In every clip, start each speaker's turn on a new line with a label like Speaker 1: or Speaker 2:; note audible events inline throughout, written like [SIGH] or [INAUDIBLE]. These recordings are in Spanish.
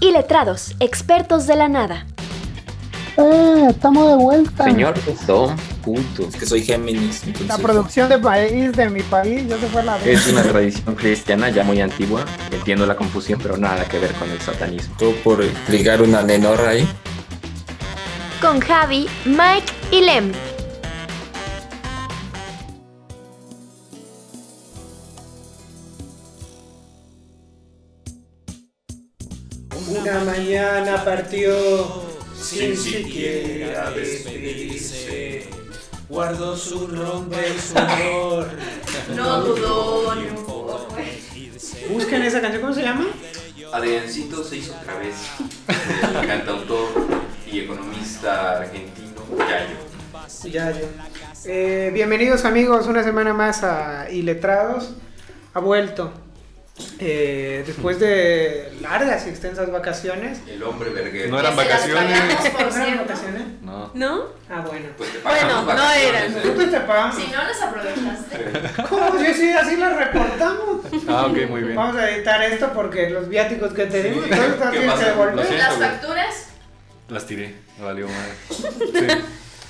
Speaker 1: y letrados, expertos de la nada.
Speaker 2: ¡Eh! Estamos de
Speaker 3: Ah.
Speaker 2: vuelta.
Speaker 4: Señor Don Punto.
Speaker 5: Es que soy Géminis.
Speaker 2: La
Speaker 5: entonces-
Speaker 2: producción de país de mi país ya se fue a la
Speaker 4: Es
Speaker 3: [LAUGHS]
Speaker 4: una tradición cristiana ya muy antigua. Entiendo la confusión, pero nada que ver con el satanismo.
Speaker 5: Todo por ligar una nenorra ahí.
Speaker 1: Con Javi, Mike y Lem.
Speaker 6: Una mañana partió sin siquiera despedirse. Guardó su nombre y [LAUGHS] su amor.
Speaker 3: No dudó ni un poco.
Speaker 6: Busquen esa canción, ¿cómo se llama?
Speaker 7: Adriancito se hizo otra vez el cantautor y economista argentino Yayo.
Speaker 6: Ya, ya. Eh, bienvenidos amigos, una semana más a Iletrados. Ha vuelto. Eh, después de largas y extensas vacaciones.
Speaker 7: El hombre verguero.
Speaker 8: No eran
Speaker 3: Que se las
Speaker 8: vacaciones.
Speaker 3: pagamos, por
Speaker 6: ¿Fueron
Speaker 3: cierto.
Speaker 6: vacaciones?
Speaker 8: No.
Speaker 3: ¿No?
Speaker 6: Ah, bueno.
Speaker 7: Pues te
Speaker 3: Bueno, no
Speaker 7: pagamos vacaciones,
Speaker 3: eran.
Speaker 7: ¿eh?
Speaker 6: Pues te pagamos.
Speaker 3: Si no las aprovechaste.
Speaker 6: ¿Cómo? Yo sí, así las reportamos.
Speaker 8: Ah, ok, muy bien.
Speaker 6: Vamos a editar esto porque los viáticos que te dimos,
Speaker 8: Sí.
Speaker 6: todos estos
Speaker 7: ¿Qué
Speaker 6: tienes que
Speaker 7: pasa?
Speaker 8: Lo
Speaker 6: devolver.
Speaker 8: siento,
Speaker 3: Las
Speaker 8: güey.
Speaker 3: facturas.
Speaker 8: Las tiré. Me valió [LAUGHS] madre. Sí.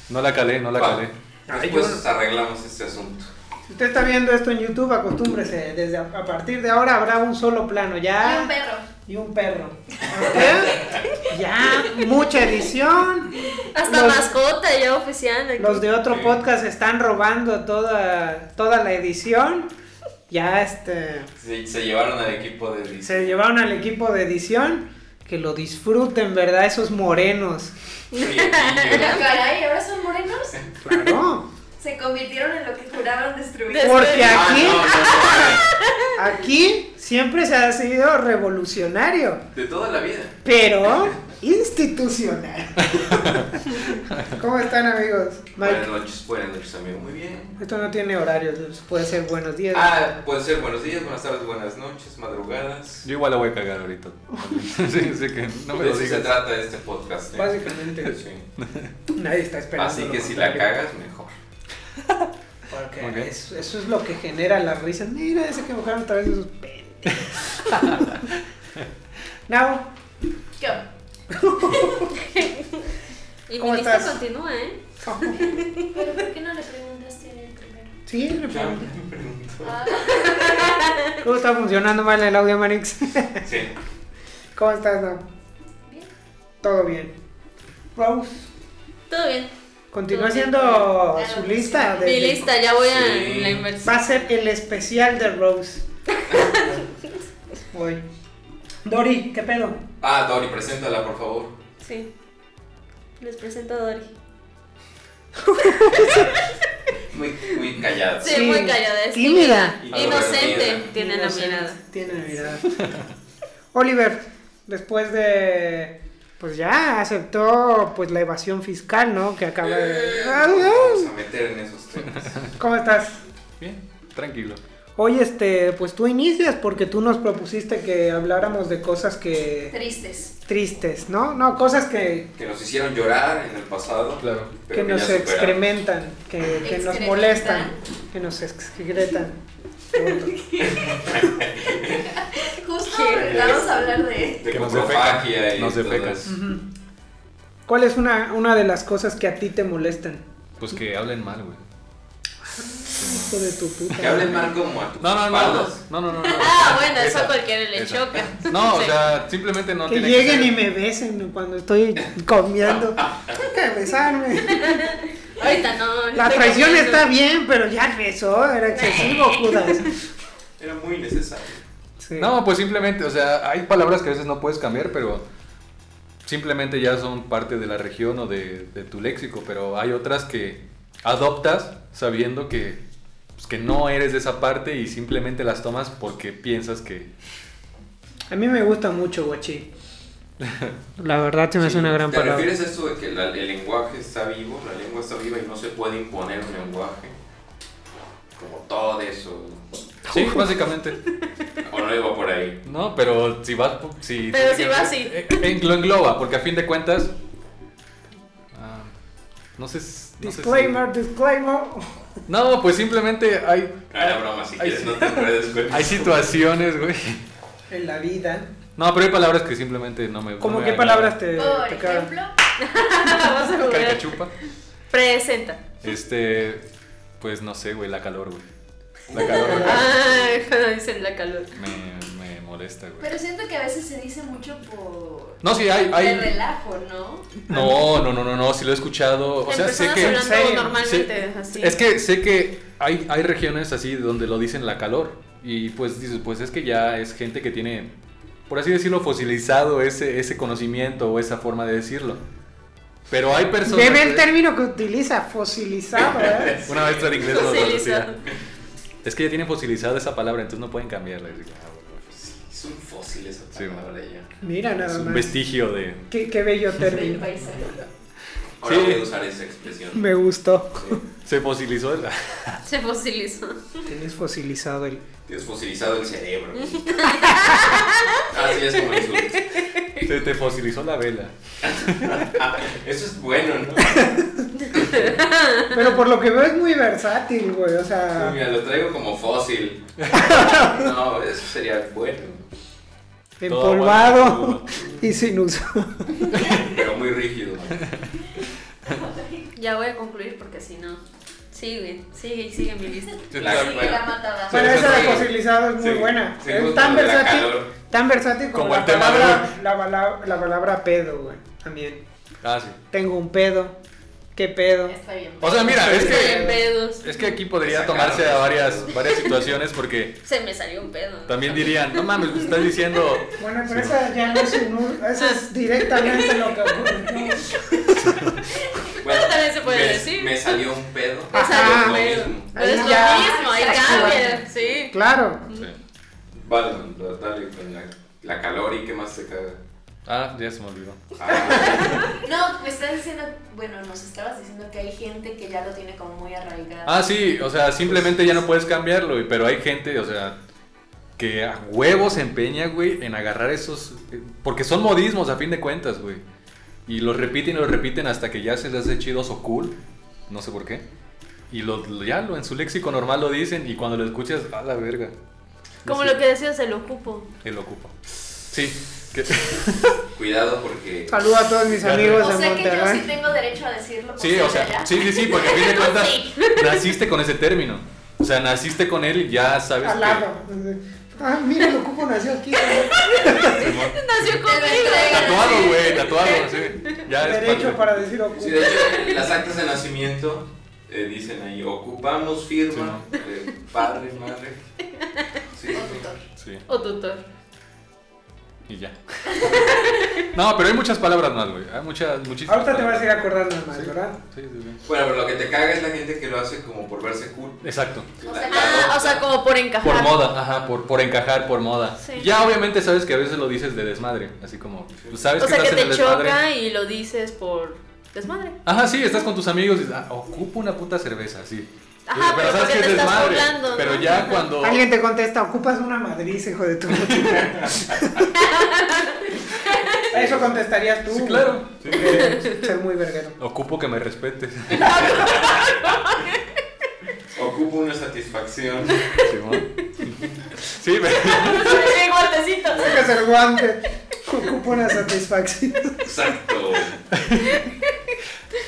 Speaker 8: No la calé, no la
Speaker 7: Va.
Speaker 8: calé.
Speaker 7: Después arreglamos este asunto.
Speaker 6: Si usted está viendo esto en YouTube, acostúmbrese. Desde a, a partir de ahora habrá un solo plano
Speaker 9: Ah.
Speaker 3: Y un
Speaker 6: ya
Speaker 3: perro.
Speaker 6: y un perro. ¿Eh? [LAUGHS] Ya, mucha edición.
Speaker 9: Hasta
Speaker 6: Los-
Speaker 9: mascota ya oficial. aquí.
Speaker 6: Los de otro podcast están robando toda, toda la edición. Ya este
Speaker 7: Se, se llevaron al equipo de Liz.
Speaker 6: se llevaron al equipo de edición. Que lo disfruten, ¿verdad? Esos morenos.
Speaker 3: Ah, Caray, ahora son morenos.
Speaker 6: Claro.
Speaker 3: Se convirtieron en lo que juraron destruir.
Speaker 9: Des-
Speaker 6: Porque
Speaker 7: Ah,
Speaker 6: aquí,
Speaker 7: no, no,
Speaker 6: [LAUGHS] aquí siempre se ha sido revolucionario.
Speaker 7: no. De toda la vida.
Speaker 6: pero institucional. [LAUGHS] ¿Cómo están amigos? Mike,
Speaker 7: Buenas noches, buenas noches, amigo. Muy bien.
Speaker 6: esto no tiene horarios, puede ser buenos días.
Speaker 7: Ah, puede ser buenos días, buenas tardes, buenas noches, madrugadas.
Speaker 8: Yo igual la voy a cagar ahorita. [LAUGHS] Sí, sí que no me lo
Speaker 7: de eso se
Speaker 8: digas.
Speaker 7: trata este podcast. ¿eh?
Speaker 6: Básicamente,
Speaker 7: [LAUGHS] Sí.
Speaker 6: nadie está esperando.
Speaker 7: Así
Speaker 6: lo
Speaker 7: que si la
Speaker 6: contrario,
Speaker 7: cagas, mejor.
Speaker 6: Porque
Speaker 8: Ok.
Speaker 6: eso, eso es lo que genera las risas. Mira, se equivocaron otra vez
Speaker 7: [LAUGHS]
Speaker 6: esos [LAUGHS] pendejos. [LAUGHS] Now, [LAUGHS]
Speaker 3: ¿Qué?
Speaker 9: Y
Speaker 6: ¿Cómo
Speaker 9: mi lista
Speaker 6: estás?
Speaker 9: continúa, ¿eh?
Speaker 3: ¿Pero por qué no le preguntaste a él primero?
Speaker 6: sí, me
Speaker 7: Ya
Speaker 6: pregunto,
Speaker 7: me pregunto.
Speaker 3: Ah,
Speaker 6: ¿cómo está funcionando mal el audio,
Speaker 9: [LAUGHS]
Speaker 6: Manix?
Speaker 7: Sí.
Speaker 6: ¿Cómo estás, Now?
Speaker 3: Bien.
Speaker 6: Todo bien. Rose,
Speaker 9: Todo bien.
Speaker 6: continúa
Speaker 9: Todo bien.
Speaker 6: haciendo
Speaker 3: Claro,
Speaker 6: su
Speaker 3: sí.
Speaker 6: lista. Ah, de-
Speaker 9: Mi lista, ya voy a
Speaker 7: Sí.
Speaker 9: la
Speaker 6: Va
Speaker 9: inversión.
Speaker 6: a ser el especial de Rose.
Speaker 9: [LAUGHS]
Speaker 6: Voy. Dori, ¿qué pedo?
Speaker 7: Ah, Dori, preséntala, por favor.
Speaker 9: Sí. Les presento a Dori.
Speaker 7: Muy, muy callada.
Speaker 9: Sí,
Speaker 6: Sí,
Speaker 9: muy callada. es
Speaker 6: tímida.
Speaker 9: Inocente.
Speaker 7: Inocente.
Speaker 9: Tiene la
Speaker 6: Inocente,
Speaker 9: mirada.
Speaker 6: Tiene la
Speaker 9: [LAUGHS]
Speaker 6: mirada. Oliver, después de. Pues ya aceptó pues la evasión fiscal, ¿no? Que acaba de.
Speaker 9: [LAUGHS]
Speaker 7: Eh, no nos vamos a meter en esos temas.
Speaker 6: ¿Cómo estás?
Speaker 8: Bien, tranquilo.
Speaker 6: Hoy este, pues tú inicias porque tú nos propusiste que habláramos de cosas que
Speaker 3: Tristes.
Speaker 6: tristes, ¿no? No, cosas que,
Speaker 7: Que nos hicieron llorar en el pasado.
Speaker 8: Claro.
Speaker 6: que
Speaker 7: pero ya
Speaker 6: nos
Speaker 7: superamos.
Speaker 6: excrementan, que, que nos
Speaker 3: Excrementan.
Speaker 6: molestan, que nos excretan.
Speaker 3: Justo
Speaker 9: ¿Qué?
Speaker 3: vamos a hablar de.
Speaker 7: De
Speaker 8: Que nos
Speaker 7: coprofagia
Speaker 8: defecan,
Speaker 7: y
Speaker 8: nos
Speaker 7: todo
Speaker 8: defecan.
Speaker 7: eso.
Speaker 6: ¿Cuál es una, una de las cosas que a ti te molestan?
Speaker 8: Pues que hablen mal, güey.
Speaker 6: Hijo de tu puta.
Speaker 7: Que hablen mal como a tus
Speaker 8: No, no, no.
Speaker 7: espaldas.
Speaker 8: No, no, no. no.
Speaker 9: Ah, bueno, eso a
Speaker 8: Esa,
Speaker 9: cualquiera le
Speaker 8: esa.
Speaker 9: choca.
Speaker 8: No, o
Speaker 9: Sí.
Speaker 8: sea, simplemente no
Speaker 6: que
Speaker 8: tiene
Speaker 6: lleguen
Speaker 8: ser-
Speaker 6: y me besen cuando estoy comiendo. Que besarme.
Speaker 9: Ahorita no.
Speaker 6: La traición está bien, pero ya besó, era excesivo, Judas.
Speaker 7: Era muy necesario.
Speaker 6: Sí.
Speaker 8: No, pues simplemente, o sea, hay palabras que a veces no puedes cambiar, pero simplemente ya son parte de la región o de, de tu léxico, pero hay otras que adoptas sabiendo que, pues, que no eres de esa parte y simplemente las tomas porque piensas que...
Speaker 6: A mí me gusta mucho, guachi. [LAUGHS] La verdad se me hace
Speaker 7: Sí.
Speaker 6: una gran
Speaker 7: ¿Te
Speaker 6: palabra.
Speaker 7: refieres a eso de que la- el lenguaje está vivo? La lengua está viva y no se puede imponer un lenguaje. Como todo eso.
Speaker 8: Sí, básicamente.
Speaker 7: O no iba por ahí.
Speaker 8: No, pero si vas... Si
Speaker 9: Pero si va así.
Speaker 8: Eh, eh, lo engloba, porque a fin de cuentas... ah, no sé... s- no sé si-
Speaker 6: Disclaimer, disclaimer.
Speaker 8: No, pues simplemente hay...
Speaker 7: Ah, Era broma, si
Speaker 8: Ay,
Speaker 7: quieres,
Speaker 8: sí.
Speaker 7: no te enredes con
Speaker 8: Hay
Speaker 7: eso.
Speaker 8: situaciones, güey,
Speaker 6: en la vida.
Speaker 8: No, pero hay palabras que simplemente no me.
Speaker 6: ¿Cómo
Speaker 8: no me
Speaker 6: qué
Speaker 8: agradan.
Speaker 6: palabras te,
Speaker 3: Por
Speaker 6: te cagan?
Speaker 3: ejemplo,
Speaker 9: Vamos a jugar.
Speaker 8: Caricachupa.
Speaker 9: Presenta.
Speaker 8: Este. Pues no sé, güey, la calor, güey. La calor,
Speaker 9: [LAUGHS]
Speaker 8: güey.
Speaker 9: Ay, cuando dicen la calor.
Speaker 8: Me, me molesta, güey.
Speaker 3: pero siento que a veces se dice mucho por...
Speaker 8: No, sí, hay-
Speaker 3: de
Speaker 8: hay-
Speaker 3: relajo, ¿no?
Speaker 8: No, no, no, no, no, sí lo he escuchado. O sea, sé
Speaker 9: personas
Speaker 8: que.
Speaker 9: hablando
Speaker 6: sí,
Speaker 9: normalmente
Speaker 8: sí,
Speaker 9: así.
Speaker 8: Es que sé que hay, hay regiones así donde lo dicen la calor. Y pues dices, pues es que ya es gente que tiene, por así decirlo, fosilizado ese, ese conocimiento o esa forma de decirlo. Pero hay personas.
Speaker 6: Debe el término que utiliza, fosilizado,
Speaker 8: [LAUGHS]
Speaker 6: ¿eh?
Speaker 8: Una maestra de inglés nos lo
Speaker 9: Fosilizado.
Speaker 8: decía. Es que ya tienen fosilizada esa palabra, entonces no pueden cambiarla. Y digo, ah, bueno,
Speaker 7: Sí, es un fósil esa
Speaker 8: Sí,
Speaker 7: palabra
Speaker 8: madre.
Speaker 7: ya.
Speaker 6: Mira
Speaker 8: es
Speaker 6: nada
Speaker 8: un
Speaker 6: más.
Speaker 8: vestigio de.
Speaker 6: Qué, qué bello
Speaker 3: El
Speaker 6: término.
Speaker 3: paisaje.
Speaker 7: Ahora
Speaker 8: Sí.
Speaker 7: voy a usar esa expresión.
Speaker 6: Me gustó.
Speaker 8: Se fosilizó. el-
Speaker 9: Se fosilizó.
Speaker 6: Tienes fosilizado el.
Speaker 7: Tienes fosilizado el cerebro.
Speaker 9: [LAUGHS]
Speaker 7: Así es como lo insultas.
Speaker 8: se te fosilizó la vela.
Speaker 7: Ah, Eso es bueno, ¿no?
Speaker 6: Pero por lo que veo es muy versátil, güey. O sea,
Speaker 8: Ah.
Speaker 7: Mira, lo traigo como fósil. No, eso sería bueno,
Speaker 6: empolvado [LAUGHS] y sin uso.
Speaker 7: pero muy rígido.
Speaker 9: Ya voy a concluir porque si no. Sigue, sigue, sigue mi lista.
Speaker 7: La-
Speaker 3: Sigue la matada.
Speaker 6: Pero
Speaker 8: Sí,
Speaker 6: esa
Speaker 8: sí.
Speaker 6: de fosilizado es muy
Speaker 7: Sí,
Speaker 6: buena.
Speaker 7: sí,
Speaker 6: es
Speaker 7: justo
Speaker 6: tan
Speaker 7: de la
Speaker 6: versátil,
Speaker 7: calor.
Speaker 6: tan versátil como,
Speaker 8: Como
Speaker 6: la,
Speaker 8: el tema de
Speaker 6: palabra, la, bala- la palabra pedo, güey. También.
Speaker 8: Ah, sí.
Speaker 6: Tengo un pedo. ¿Qué pedo?
Speaker 3: Está bien.
Speaker 8: O sea, mira, es
Speaker 9: Estoy en
Speaker 8: que.
Speaker 9: pedos.
Speaker 8: Es que aquí podría
Speaker 7: Sacaron
Speaker 8: tomarse a
Speaker 7: eso.
Speaker 8: varias, varias situaciones porque
Speaker 9: Se me salió un pedo.
Speaker 8: también dirían, no mames, me estás diciendo.
Speaker 6: Bueno, pero esa ya no es un uso, Esa es directamente lo que ocurre. ¿no?
Speaker 7: Bueno,
Speaker 9: También se puede
Speaker 7: me,
Speaker 9: decir.
Speaker 7: Me salió un pedo.
Speaker 6: Ajá.
Speaker 7: Es lo
Speaker 9: Pero-
Speaker 7: mismo.
Speaker 9: pero es lo
Speaker 6: Ya.
Speaker 9: mismo, ahí cambia. Sí.
Speaker 6: Claro.
Speaker 8: Sí.
Speaker 7: Vale, no, dale con la, la calor y qué más te caga.
Speaker 8: Ah, ya se me olvidó.
Speaker 7: Ah, [LAUGHS]
Speaker 3: No, me estás diciendo, bueno, nos estabas diciendo que hay gente que ya lo tiene como muy arraigado.
Speaker 8: Ah, sí, o sea, simplemente ya no puedes cambiarlo, y- pero hay gente, o sea, que a huevo se empeña, güey, en agarrar esos. eh, Porque son modismos a fin de cuentas, güey. Y los repiten y los repiten hasta que ya se les hace chidos o cool. No sé por qué. Y lo, lo- ya lo, en su léxico normal lo dicen, y cuando lo escuchas, a la verga.
Speaker 9: Como
Speaker 8: Sí,
Speaker 9: lo que decía, se lo ocupo.
Speaker 8: Él lo ocupa. Sí. que-
Speaker 7: cuidado porque.
Speaker 6: Saludo a todos mis
Speaker 8: Ya,
Speaker 6: amigos
Speaker 3: o
Speaker 6: de
Speaker 3: sea que yo sí
Speaker 6: Pues Monterrey.
Speaker 3: tengo derecho a decirlo.
Speaker 8: Sí, o sea, sí, sí, sí, porque a fin de cuentas naciste con ese término. O sea, naciste con él y ya sabes
Speaker 6: Al
Speaker 8: que...
Speaker 6: lado. Ah, mira, lo cupo nació aquí.
Speaker 9: Nació conmigo.
Speaker 8: Tatuado, güey, tatuado, sí. Ya es
Speaker 6: Derecho
Speaker 8: parte.
Speaker 6: para decir ocupo.
Speaker 7: Sí, de hecho, en las actas de nacimiento eh, dicen ahí: ocupamos firma, eh, padre, madre.
Speaker 9: [LAUGHS]
Speaker 7: Sí, sí.
Speaker 8: Sí,
Speaker 9: O tutor.
Speaker 8: y ya. [LAUGHS] No, pero hay muchas palabras más, güey. Hay muchas, muchísimas.
Speaker 6: Ahorita te vas
Speaker 8: palabras.
Speaker 6: a ir acordando más, ¿verdad?
Speaker 8: Sí, sí, sí.
Speaker 7: Bueno, pero lo que te caga es la gente que lo hace como por verse cool.
Speaker 8: Exacto.
Speaker 3: O sea,
Speaker 9: Ah, o sea, como por encajar.
Speaker 8: Por moda, ajá, por, por encajar, por moda.
Speaker 9: Sí.
Speaker 8: Ya obviamente sabes que a veces lo dices de desmadre, así como, pues, sabes
Speaker 9: O sea, que
Speaker 8: estás en
Speaker 9: te
Speaker 8: el desmadre.
Speaker 9: choca y lo dices por desmadre.
Speaker 8: Ajá, sí, estás con tus amigos y dices, ah, ocupo una puta cerveza, sí.
Speaker 9: Ajá, pero porque te estás burlando, ¿no?
Speaker 8: Pero ya
Speaker 9: Ajá.
Speaker 8: cuando.
Speaker 6: Alguien te contesta, ocupas una madriz, hijo de tu puta madre". Eso contestarías tú.
Speaker 8: Sí, claro. Sí, sí, sí.
Speaker 6: Ser muy verguero.
Speaker 8: Ocupo que me respetes.
Speaker 6: [LAUGHS]
Speaker 7: Ocupo una satisfacción.
Speaker 8: Simón. Sí, pero-
Speaker 9: Sí, guantecito.
Speaker 6: Sacas el guante. Ocupo una
Speaker 7: Ah,
Speaker 6: satisfacción.
Speaker 9: [LAUGHS]
Speaker 7: Exacto.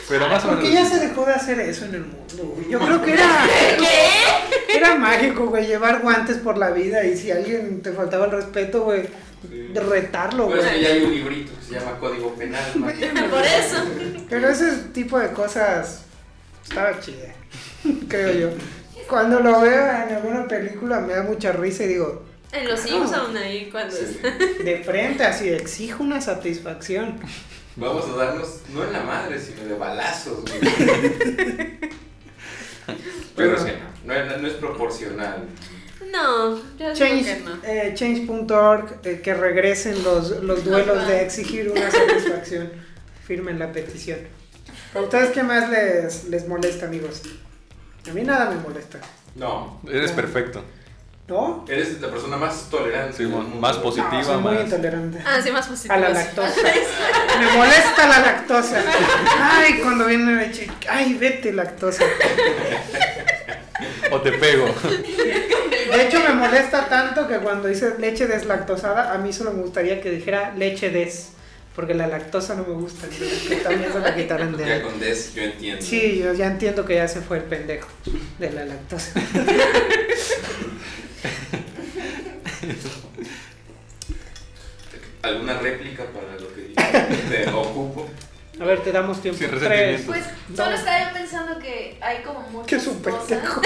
Speaker 8: pero más o menos.
Speaker 6: Porque ya se dejó de hacer eso en el mundo, güey. Yo creo que era. Era mágico, güey, llevar guantes por la vida y si alguien te faltaba el respeto, güey,
Speaker 7: Sí.
Speaker 6: retarlo,
Speaker 7: Pero es que
Speaker 6: güey.
Speaker 7: ya hay un librito que se llama Código
Speaker 9: [LAUGHS]
Speaker 7: Penal. ¿no?
Speaker 9: Por eso.
Speaker 6: Pero ese tipo de cosas estaba chida, [LAUGHS] creo yo. Cuando lo veo en alguna película me da mucha risa y digo,
Speaker 9: En los Simpson ahí cuando
Speaker 7: Sí.
Speaker 6: de frente así, exijo una satisfacción.
Speaker 7: Vamos a darnos, no en la madre, sino de balazos,
Speaker 8: [LAUGHS]
Speaker 7: güey. Pero sí, no, no, no es proporcional.
Speaker 9: es. No, yo digo que
Speaker 6: Change,
Speaker 9: no.
Speaker 6: eh, Change.org, eh, que regresen los, los duelos de exigir una satisfacción. Firmen la petición. ¿A ustedes qué más les, les molesta, amigos? A mí nada me molesta.
Speaker 7: No.
Speaker 8: Eres perfecto.
Speaker 6: ¿No?
Speaker 7: Eres la persona más tolerante.
Speaker 8: Sí,
Speaker 7: del
Speaker 8: más-
Speaker 7: mundo.
Speaker 8: más positiva.
Speaker 6: No, soy muy
Speaker 8: más.
Speaker 6: intolerante.
Speaker 9: Ah, sí, más positivo.
Speaker 6: A la lactosa. Me molesta la lactosa. Ay, cuando viene la leche. Ay, vete lactosa.
Speaker 8: [LAUGHS] O te pego.
Speaker 6: De hecho, me molesta tanto que cuando dice leche deslactosada, a mí solo me gustaría que dijera leche des, porque la lactosa no me gusta, entonces que también se la quitaran
Speaker 7: Ya
Speaker 6: de...
Speaker 7: con des yo entiendo.
Speaker 6: Sí, yo ya entiendo que ya se fue el pendejo de la lactosa.
Speaker 7: ¿Alguna réplica para lo que
Speaker 6: [LAUGHS]
Speaker 7: dije? Te ocupo.
Speaker 6: A ver, te damos tiempo.
Speaker 8: Sin
Speaker 6: Tres.
Speaker 8: resentimiento.
Speaker 9: Pues solo estaba yo pensando que hay como muchas
Speaker 6: Que es un
Speaker 9: cosas. [LAUGHS]
Speaker 6: pendejo.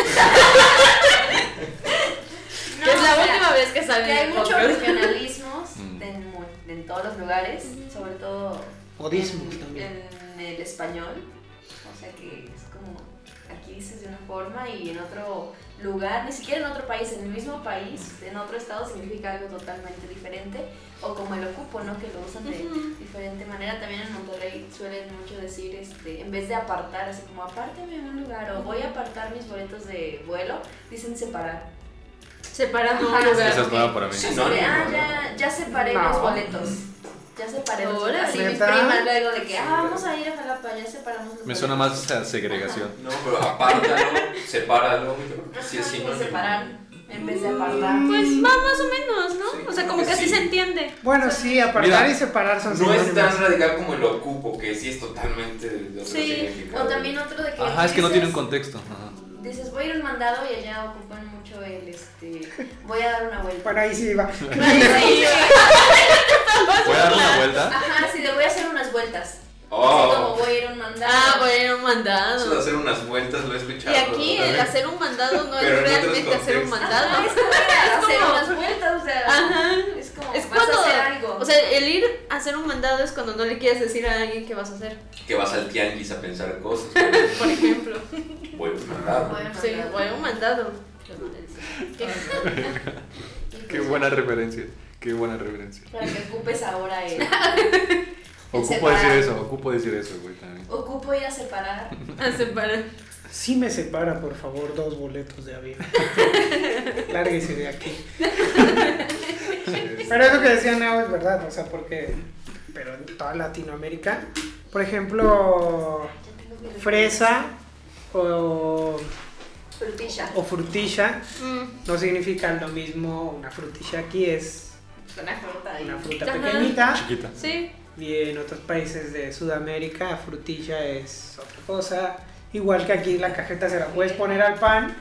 Speaker 10: es
Speaker 9: No,
Speaker 10: la
Speaker 9: o sea,
Speaker 10: última vez que salí
Speaker 9: Que hay
Speaker 10: del
Speaker 9: muchos
Speaker 10: podcast.
Speaker 6: [LAUGHS]
Speaker 9: regionalismos
Speaker 8: Mm.
Speaker 9: en, mu- en todos los lugares,
Speaker 10: Mm.
Speaker 9: sobre todo
Speaker 6: Odismos
Speaker 9: en,
Speaker 6: también.
Speaker 9: en el español. O sea que es como aquí dices de una forma y en otro lugar, ni siquiera en otro país, en el mismo país, en otro estado significa algo totalmente diferente. O como el ocupo, ¿no? Que lo usan de
Speaker 10: Ujú.
Speaker 9: diferente manera. También en Monterrey suelen mucho decir, este, en vez de apartar, así como apárteme un lugar o voy a apartar mis boletos de vuelo, dicen separar.
Speaker 10: Separando un
Speaker 9: Ajá,
Speaker 10: lugar.
Speaker 8: Esa es nueva para mí.
Speaker 7: Sí,
Speaker 9: Así
Speaker 7: no,
Speaker 9: de,
Speaker 7: no,
Speaker 9: ah,
Speaker 7: no.
Speaker 9: ya, ya separé
Speaker 6: No.
Speaker 9: los boletos. Ya separé los
Speaker 10: Ahora
Speaker 9: boletos.
Speaker 10: sí,
Speaker 9: Y mi
Speaker 6: ¿Neta?
Speaker 9: prima luego de que, ah, vamos a ir a Jalapa, ya separamos los
Speaker 8: Me suena
Speaker 9: boletos.
Speaker 8: más a segregación.
Speaker 7: No, pero apártalo, sepáralo. Yo creo que
Speaker 9: Ajá,
Speaker 7: sí es
Speaker 9: como
Speaker 7: sinónimo.
Speaker 9: separar en vez de apartar.
Speaker 10: Pues va más o menos, ¿no?
Speaker 7: Sí,
Speaker 10: o sea, como
Speaker 7: creo
Speaker 10: que así
Speaker 7: que sí.
Speaker 10: se entiende.
Speaker 6: Bueno, sí, apartar
Speaker 8: Mira,
Speaker 6: y separar son
Speaker 7: No es tan
Speaker 6: sinónimos.
Speaker 7: radical como el ocupo, que sí es totalmente de otro
Speaker 10: Sí,
Speaker 7: significado.
Speaker 9: O también otro de que.
Speaker 8: Ajá, es que no
Speaker 9: dices-
Speaker 8: tiene un contexto. Ajá.
Speaker 9: Dices, voy a ir a un mandado y allá ocupan mucho el este. Voy a dar una vuelta. [LAUGHS]
Speaker 6: Bueno, ahí sí va.
Speaker 9: Sí,
Speaker 8: Voy a dar una vuelta.
Speaker 9: Ajá, sí, le voy a hacer unas vueltas. Así como
Speaker 7: Oh,
Speaker 9: voy a ir a un mandado.
Speaker 10: Ah, bueno, un
Speaker 7: eso de
Speaker 10: mandado.
Speaker 7: hacer unas vueltas lo he
Speaker 10: Y
Speaker 7: escuchado.
Speaker 10: aquí el
Speaker 7: [LAUGHS] ¿no?
Speaker 10: hacer un mandado no
Speaker 7: Pero
Speaker 10: es
Speaker 7: en otros
Speaker 10: realmente hacer un
Speaker 7: contextos.
Speaker 10: mandado.
Speaker 9: Ah, Es como ir a hacer
Speaker 10: como-
Speaker 9: unas vueltas, o sea.
Speaker 10: Ajá.
Speaker 9: Es como.
Speaker 10: Es
Speaker 9: vas
Speaker 10: cuando,
Speaker 9: a hacer algo.
Speaker 10: o sea, el ir a hacer un mandado es cuando no le quieres decir a alguien qué vas a hacer,
Speaker 7: Que vas al tianguis a pensar cosas.
Speaker 10: [LAUGHS] por ejemplo.
Speaker 7: Voy a un mandado.
Speaker 9: Voy a un
Speaker 10: Sí,
Speaker 9: mandado.
Speaker 10: o a un mandado. [LAUGHS]
Speaker 8: Qué buena referencia. Qué buena referencia.
Speaker 9: Para que ocupes ahora el.
Speaker 8: Ocupo
Speaker 9: Separar.
Speaker 8: decir eso, ocupo decir eso, güey, también.
Speaker 9: Ocupo ir a separar.
Speaker 6: [LAUGHS]
Speaker 10: A separar.
Speaker 6: Sí me separa, por favor, dos boletos de
Speaker 10: [LAUGHS]
Speaker 6: avión. Lárguese de aquí. Pero eso que decía Nao es verdad, o sea, porque... Pero en toda Latinoamérica, por ejemplo, fresa o,
Speaker 9: Frutilla.
Speaker 6: o frutilla
Speaker 10: Mm.
Speaker 6: no significan lo mismo. Una frutilla aquí es
Speaker 9: Una fruta ahí.
Speaker 6: una fruta
Speaker 10: Ajá.
Speaker 6: pequeñita
Speaker 8: Chiquita.
Speaker 10: Sí,
Speaker 6: y en otros países de Sudamérica frutilla es otra cosa. Igual que aquí la cajeta se la puedes poner al pan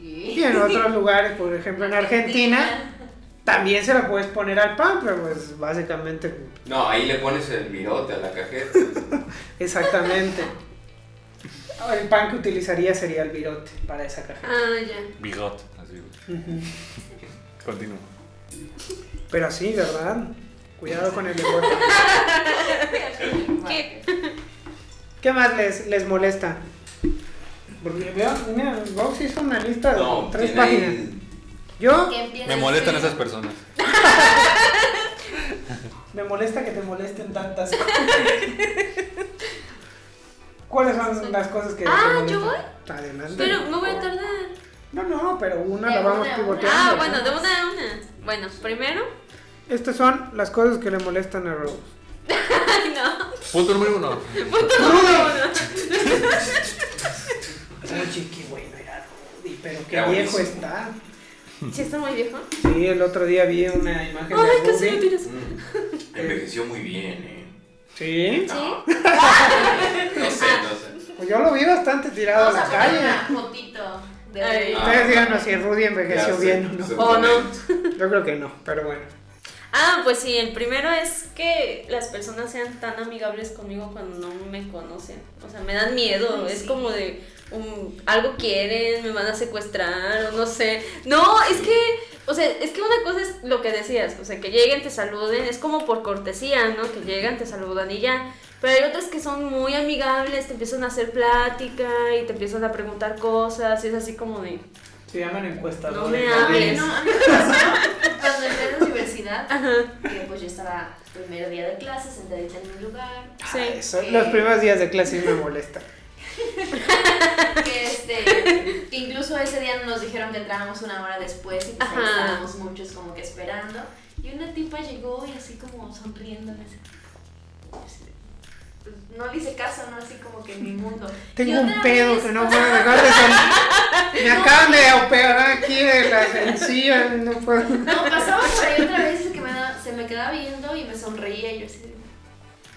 Speaker 6: Y
Speaker 9: Y-
Speaker 6: en otros lugares, por ejemplo en Argentina, también se la puedes poner al pan, pero pues básicamente,
Speaker 7: No, ahí le pones el virote a la cajeta.
Speaker 6: [LAUGHS] exactamente. El pan que utilizaría sería el virote para esa cajeta.
Speaker 10: ah, ya.
Speaker 8: Bigot. Así, güey.
Speaker 6: Ujú.
Speaker 8: Continúo.
Speaker 6: Pero sí, ¿verdad? Cuidado con el lenguaje.
Speaker 10: ¿Qué?
Speaker 6: ¿Qué más les, les molesta? Porque veo, mira, Vox hizo una lista de
Speaker 7: No,
Speaker 6: tres
Speaker 7: tiene ahí-
Speaker 6: páginas. Yo
Speaker 9: Que empieza
Speaker 8: Me
Speaker 9: el
Speaker 8: molestan
Speaker 9: frío.
Speaker 8: esas personas.
Speaker 6: me molesta que te molesten
Speaker 10: [LAUGHS]
Speaker 6: tantas cosas. ¿Cuáles son las cosas que
Speaker 10: Ah,
Speaker 6: te
Speaker 10: ¿yo
Speaker 6: molestan?
Speaker 10: voy?
Speaker 6: Adelante.
Speaker 10: Pero me voy a tardar.
Speaker 6: No, no, pero una
Speaker 9: De
Speaker 6: la vamos
Speaker 9: una a
Speaker 6: pivoteando.
Speaker 10: Ah,
Speaker 6: ¿no?
Speaker 10: bueno, de una a una. Bueno, primero.
Speaker 6: Estas son las cosas que le molestan a Rose.
Speaker 10: Ay, no.
Speaker 8: Punto número uno.
Speaker 10: Punto número uno.
Speaker 6: Oye, qué bueno era Rudy, pero qué
Speaker 7: Era
Speaker 6: viejo
Speaker 7: buenísimo.
Speaker 6: está.
Speaker 10: ¿Sí está muy viejo?
Speaker 6: Sí, el otro día vi una imagen
Speaker 10: Ay,
Speaker 6: de
Speaker 10: casi
Speaker 6: Rudy.
Speaker 10: lo tiras.
Speaker 7: Mm, Envejeció muy bien, eh.
Speaker 6: Sí,
Speaker 10: [LAUGHS]
Speaker 7: No. No sé,
Speaker 10: Ah.
Speaker 7: no sé.
Speaker 6: pues yo lo vi bastante tirado a
Speaker 9: Vamos a
Speaker 6: la
Speaker 9: poner
Speaker 6: calle.
Speaker 9: una fotito de
Speaker 10: Ay.
Speaker 6: Ustedes
Speaker 7: Ah.
Speaker 6: díganos si Rudy envejeció
Speaker 7: Ya sé,
Speaker 6: bien o no.
Speaker 7: se
Speaker 10: ¿O no?
Speaker 6: Yo creo que no, pero bueno.
Speaker 10: Ah, pues sí, el primero es que las personas sean tan amigables conmigo cuando no me conocen. O sea, me dan miedo.
Speaker 9: Ay,
Speaker 10: es
Speaker 9: sí.
Speaker 10: como de um, algo quieren, me van a secuestrar o no sé. No, es que, o sea, es que una cosa es lo que decías, o sea, que lleguen, te saluden, es como por cortesía, ¿no? Que llegan, te saludan y ya. Pero hay otras que son muy amigables, te empiezan a hacer plática y te empiezan a preguntar cosas y es así como de...
Speaker 6: Se llaman encuestadores.
Speaker 10: No me
Speaker 6: ¿no?
Speaker 10: hables.
Speaker 9: Ay,
Speaker 10: [LAUGHS]
Speaker 9: no, a mí me pasó cuando entré a la universidad, que pues yo estaba primer día de clases, sentadita en mi lugar, Eh,
Speaker 6: Ah,
Speaker 10: Sí.
Speaker 6: eso, Los primeros días de clase sí me molesta.
Speaker 9: que este, que incluso ese día nos dijeron que entrábamos una hora después y pues ahí
Speaker 10: Ajá.
Speaker 9: estábamos muchos como que esperando, y una tipa llegó y así como sonriéndome, así,
Speaker 3: pues, no le hice caso, ¿no? Así como que en mi mundo. Y
Speaker 6: Tengo un
Speaker 3: otra
Speaker 6: pedo
Speaker 3: vez-
Speaker 9: [LAUGHS]
Speaker 6: que no puedo dejar de salir. Me acaban de operar aquí de la sencilla, no puedo.
Speaker 3: No, pasaba por ahí otra vez que me da- se me quedaba viendo y me sonreía. Y yo así, de,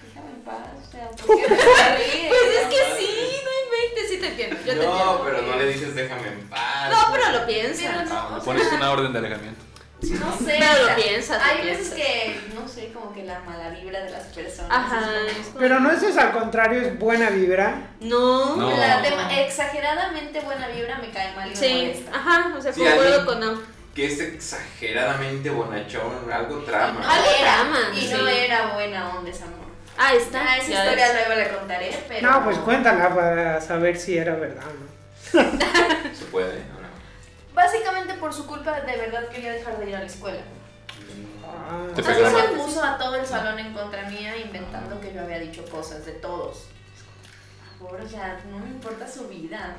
Speaker 3: déjame en paz, o sea, ¿por
Speaker 9: [LAUGHS]
Speaker 3: qué me sonríes?
Speaker 9: Pues es que sí, no inventes, sí te entiendo. Yo te entiendo.
Speaker 7: No, pero no le dices déjame en paz.
Speaker 9: No, pero lo
Speaker 3: Pero
Speaker 9: piensas.
Speaker 3: no, o sea,
Speaker 8: Pones una orden de alejamiento.
Speaker 3: no sé.
Speaker 9: Pero lo
Speaker 3: o sea,
Speaker 9: piensas, lo
Speaker 3: Hay veces
Speaker 9: piensas.
Speaker 3: que, no sé, como que la mala vibra de las personas.
Speaker 9: Ajá.
Speaker 3: es
Speaker 9: es como-
Speaker 6: Pero no eso es al contrario, es buena vibra.
Speaker 9: No.
Speaker 8: No.
Speaker 3: como- La de- exageradamente buena vibra me cae mal y me
Speaker 9: Sí,
Speaker 3: molesta.
Speaker 9: ajá, o sea,
Speaker 7: Sí,
Speaker 9: concuerdo
Speaker 7: alguien-
Speaker 9: con no.
Speaker 7: Que es exageradamente bonachón, algo trama.
Speaker 3: No
Speaker 9: Algo
Speaker 3: era,
Speaker 9: trama,
Speaker 3: y
Speaker 9: sí.
Speaker 3: no era buena onda esa amor.
Speaker 9: Ah, está.
Speaker 3: Ah, esa
Speaker 9: ya
Speaker 3: historia
Speaker 9: ves.
Speaker 3: luego la contaré,
Speaker 9: Eh,
Speaker 3: pero...
Speaker 6: No, pues cuéntala para saber si era verdad o no.
Speaker 7: ¿Se puede o no?
Speaker 3: Básicamente por su culpa de verdad quería dejar de ir a la escuela.
Speaker 6: Ah,
Speaker 8: Te
Speaker 3: O sea,
Speaker 8: pegaron.
Speaker 3: se puso a todo el salón en contra mía inventando que yo había dicho cosas de todos. Por favor, o sea, no me importa su vida.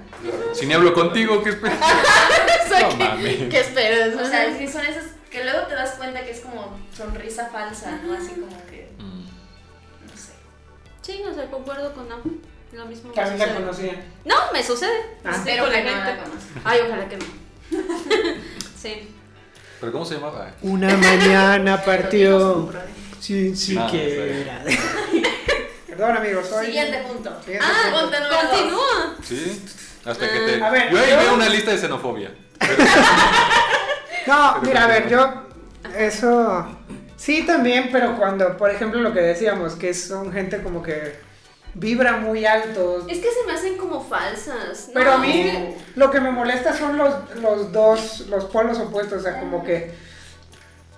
Speaker 8: Si ni hablo contigo, ¿qué [LAUGHS] esperas?
Speaker 9: O sea,
Speaker 8: No
Speaker 9: ¿qué-
Speaker 8: mames.
Speaker 9: ¿Qué esperas?
Speaker 3: O sea, sí son esas que luego te das cuenta que es como sonrisa falsa, ¿no? Así como que,
Speaker 8: Mm.
Speaker 3: no sé.
Speaker 9: sí, o sea, concuerdo con no. Lo mismo me
Speaker 6: También la
Speaker 9: sucede.
Speaker 6: conocía.
Speaker 9: No, me sucede.
Speaker 6: Ah.
Speaker 9: Estoy
Speaker 3: Espero
Speaker 9: con la
Speaker 3: que no la
Speaker 9: gente.
Speaker 3: conozca.
Speaker 9: Ay, ojalá que no. sí.
Speaker 8: ¿Pero cómo se llamaba?
Speaker 6: Una mañana partió
Speaker 9: [LAUGHS]
Speaker 6: sin
Speaker 8: Ah, siquiera.
Speaker 6: siquiera. [LAUGHS] Perdón, amigos, soy.
Speaker 3: Siguiente punto.
Speaker 6: Siguiente
Speaker 9: Ah,
Speaker 6: punto.
Speaker 3: punto número
Speaker 9: continúa.
Speaker 8: Sí. Hasta que
Speaker 9: Mm,
Speaker 8: te.
Speaker 6: A ver,
Speaker 8: yo ahí
Speaker 6: yo-
Speaker 8: veo una lista de xenofobia.
Speaker 9: [LAUGHS]
Speaker 6: No, mira, a ver, yo eso sí también, pero cuando, por ejemplo, lo que decíamos, que son gente como que vibra muy alto.
Speaker 9: Es que se me hacen como falsas.
Speaker 6: Pero
Speaker 9: No,
Speaker 6: a mí
Speaker 9: es que-
Speaker 6: lo que me molesta son los, los dos, los polos opuestos, o sea, como que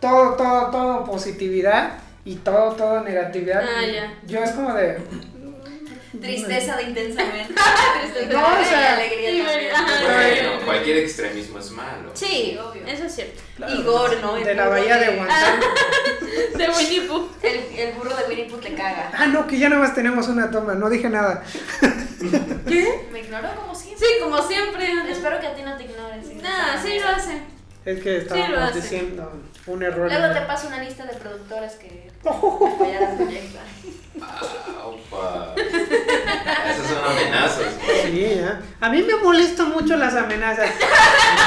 Speaker 6: todo, todo, todo positividad y todo, todo negatividad.
Speaker 9: Ah, ya.
Speaker 6: Yo es como de,
Speaker 3: Tristeza de intensamente. [LAUGHS]
Speaker 9: Tristeza.
Speaker 6: No, o sea,
Speaker 3: Y
Speaker 9: sí,
Speaker 3: alegría también.
Speaker 9: ajá.
Speaker 7: Bueno, cualquier extremismo es malo.
Speaker 9: Sí,
Speaker 3: obvio.
Speaker 9: eso es cierto.
Speaker 3: Igor, ¿no? El
Speaker 6: de la
Speaker 3: burro
Speaker 6: bahía de Guantánamo.
Speaker 9: [LAUGHS] De Winnie Pooh.
Speaker 3: El, el burro de Winnie Pooh te caga.
Speaker 6: Ah, no, que ya nada más tenemos una toma, no dije nada.
Speaker 9: ¿Qué?
Speaker 3: Me ignoró como siempre.
Speaker 9: Sí, como siempre.
Speaker 3: Espero que a ti no te ignores.
Speaker 9: Nada, sí lo hace.
Speaker 6: Es que estábamos
Speaker 9: hace.
Speaker 6: diciendo un error.
Speaker 3: Luego
Speaker 6: en-
Speaker 3: te paso una lista de productoras que
Speaker 6: [LAUGHS]
Speaker 3: que ya las proyectan.
Speaker 7: Ah, opa. Esas son amenazas.
Speaker 6: Sí, ¿eh? A mí me molesta mucho las amenazas.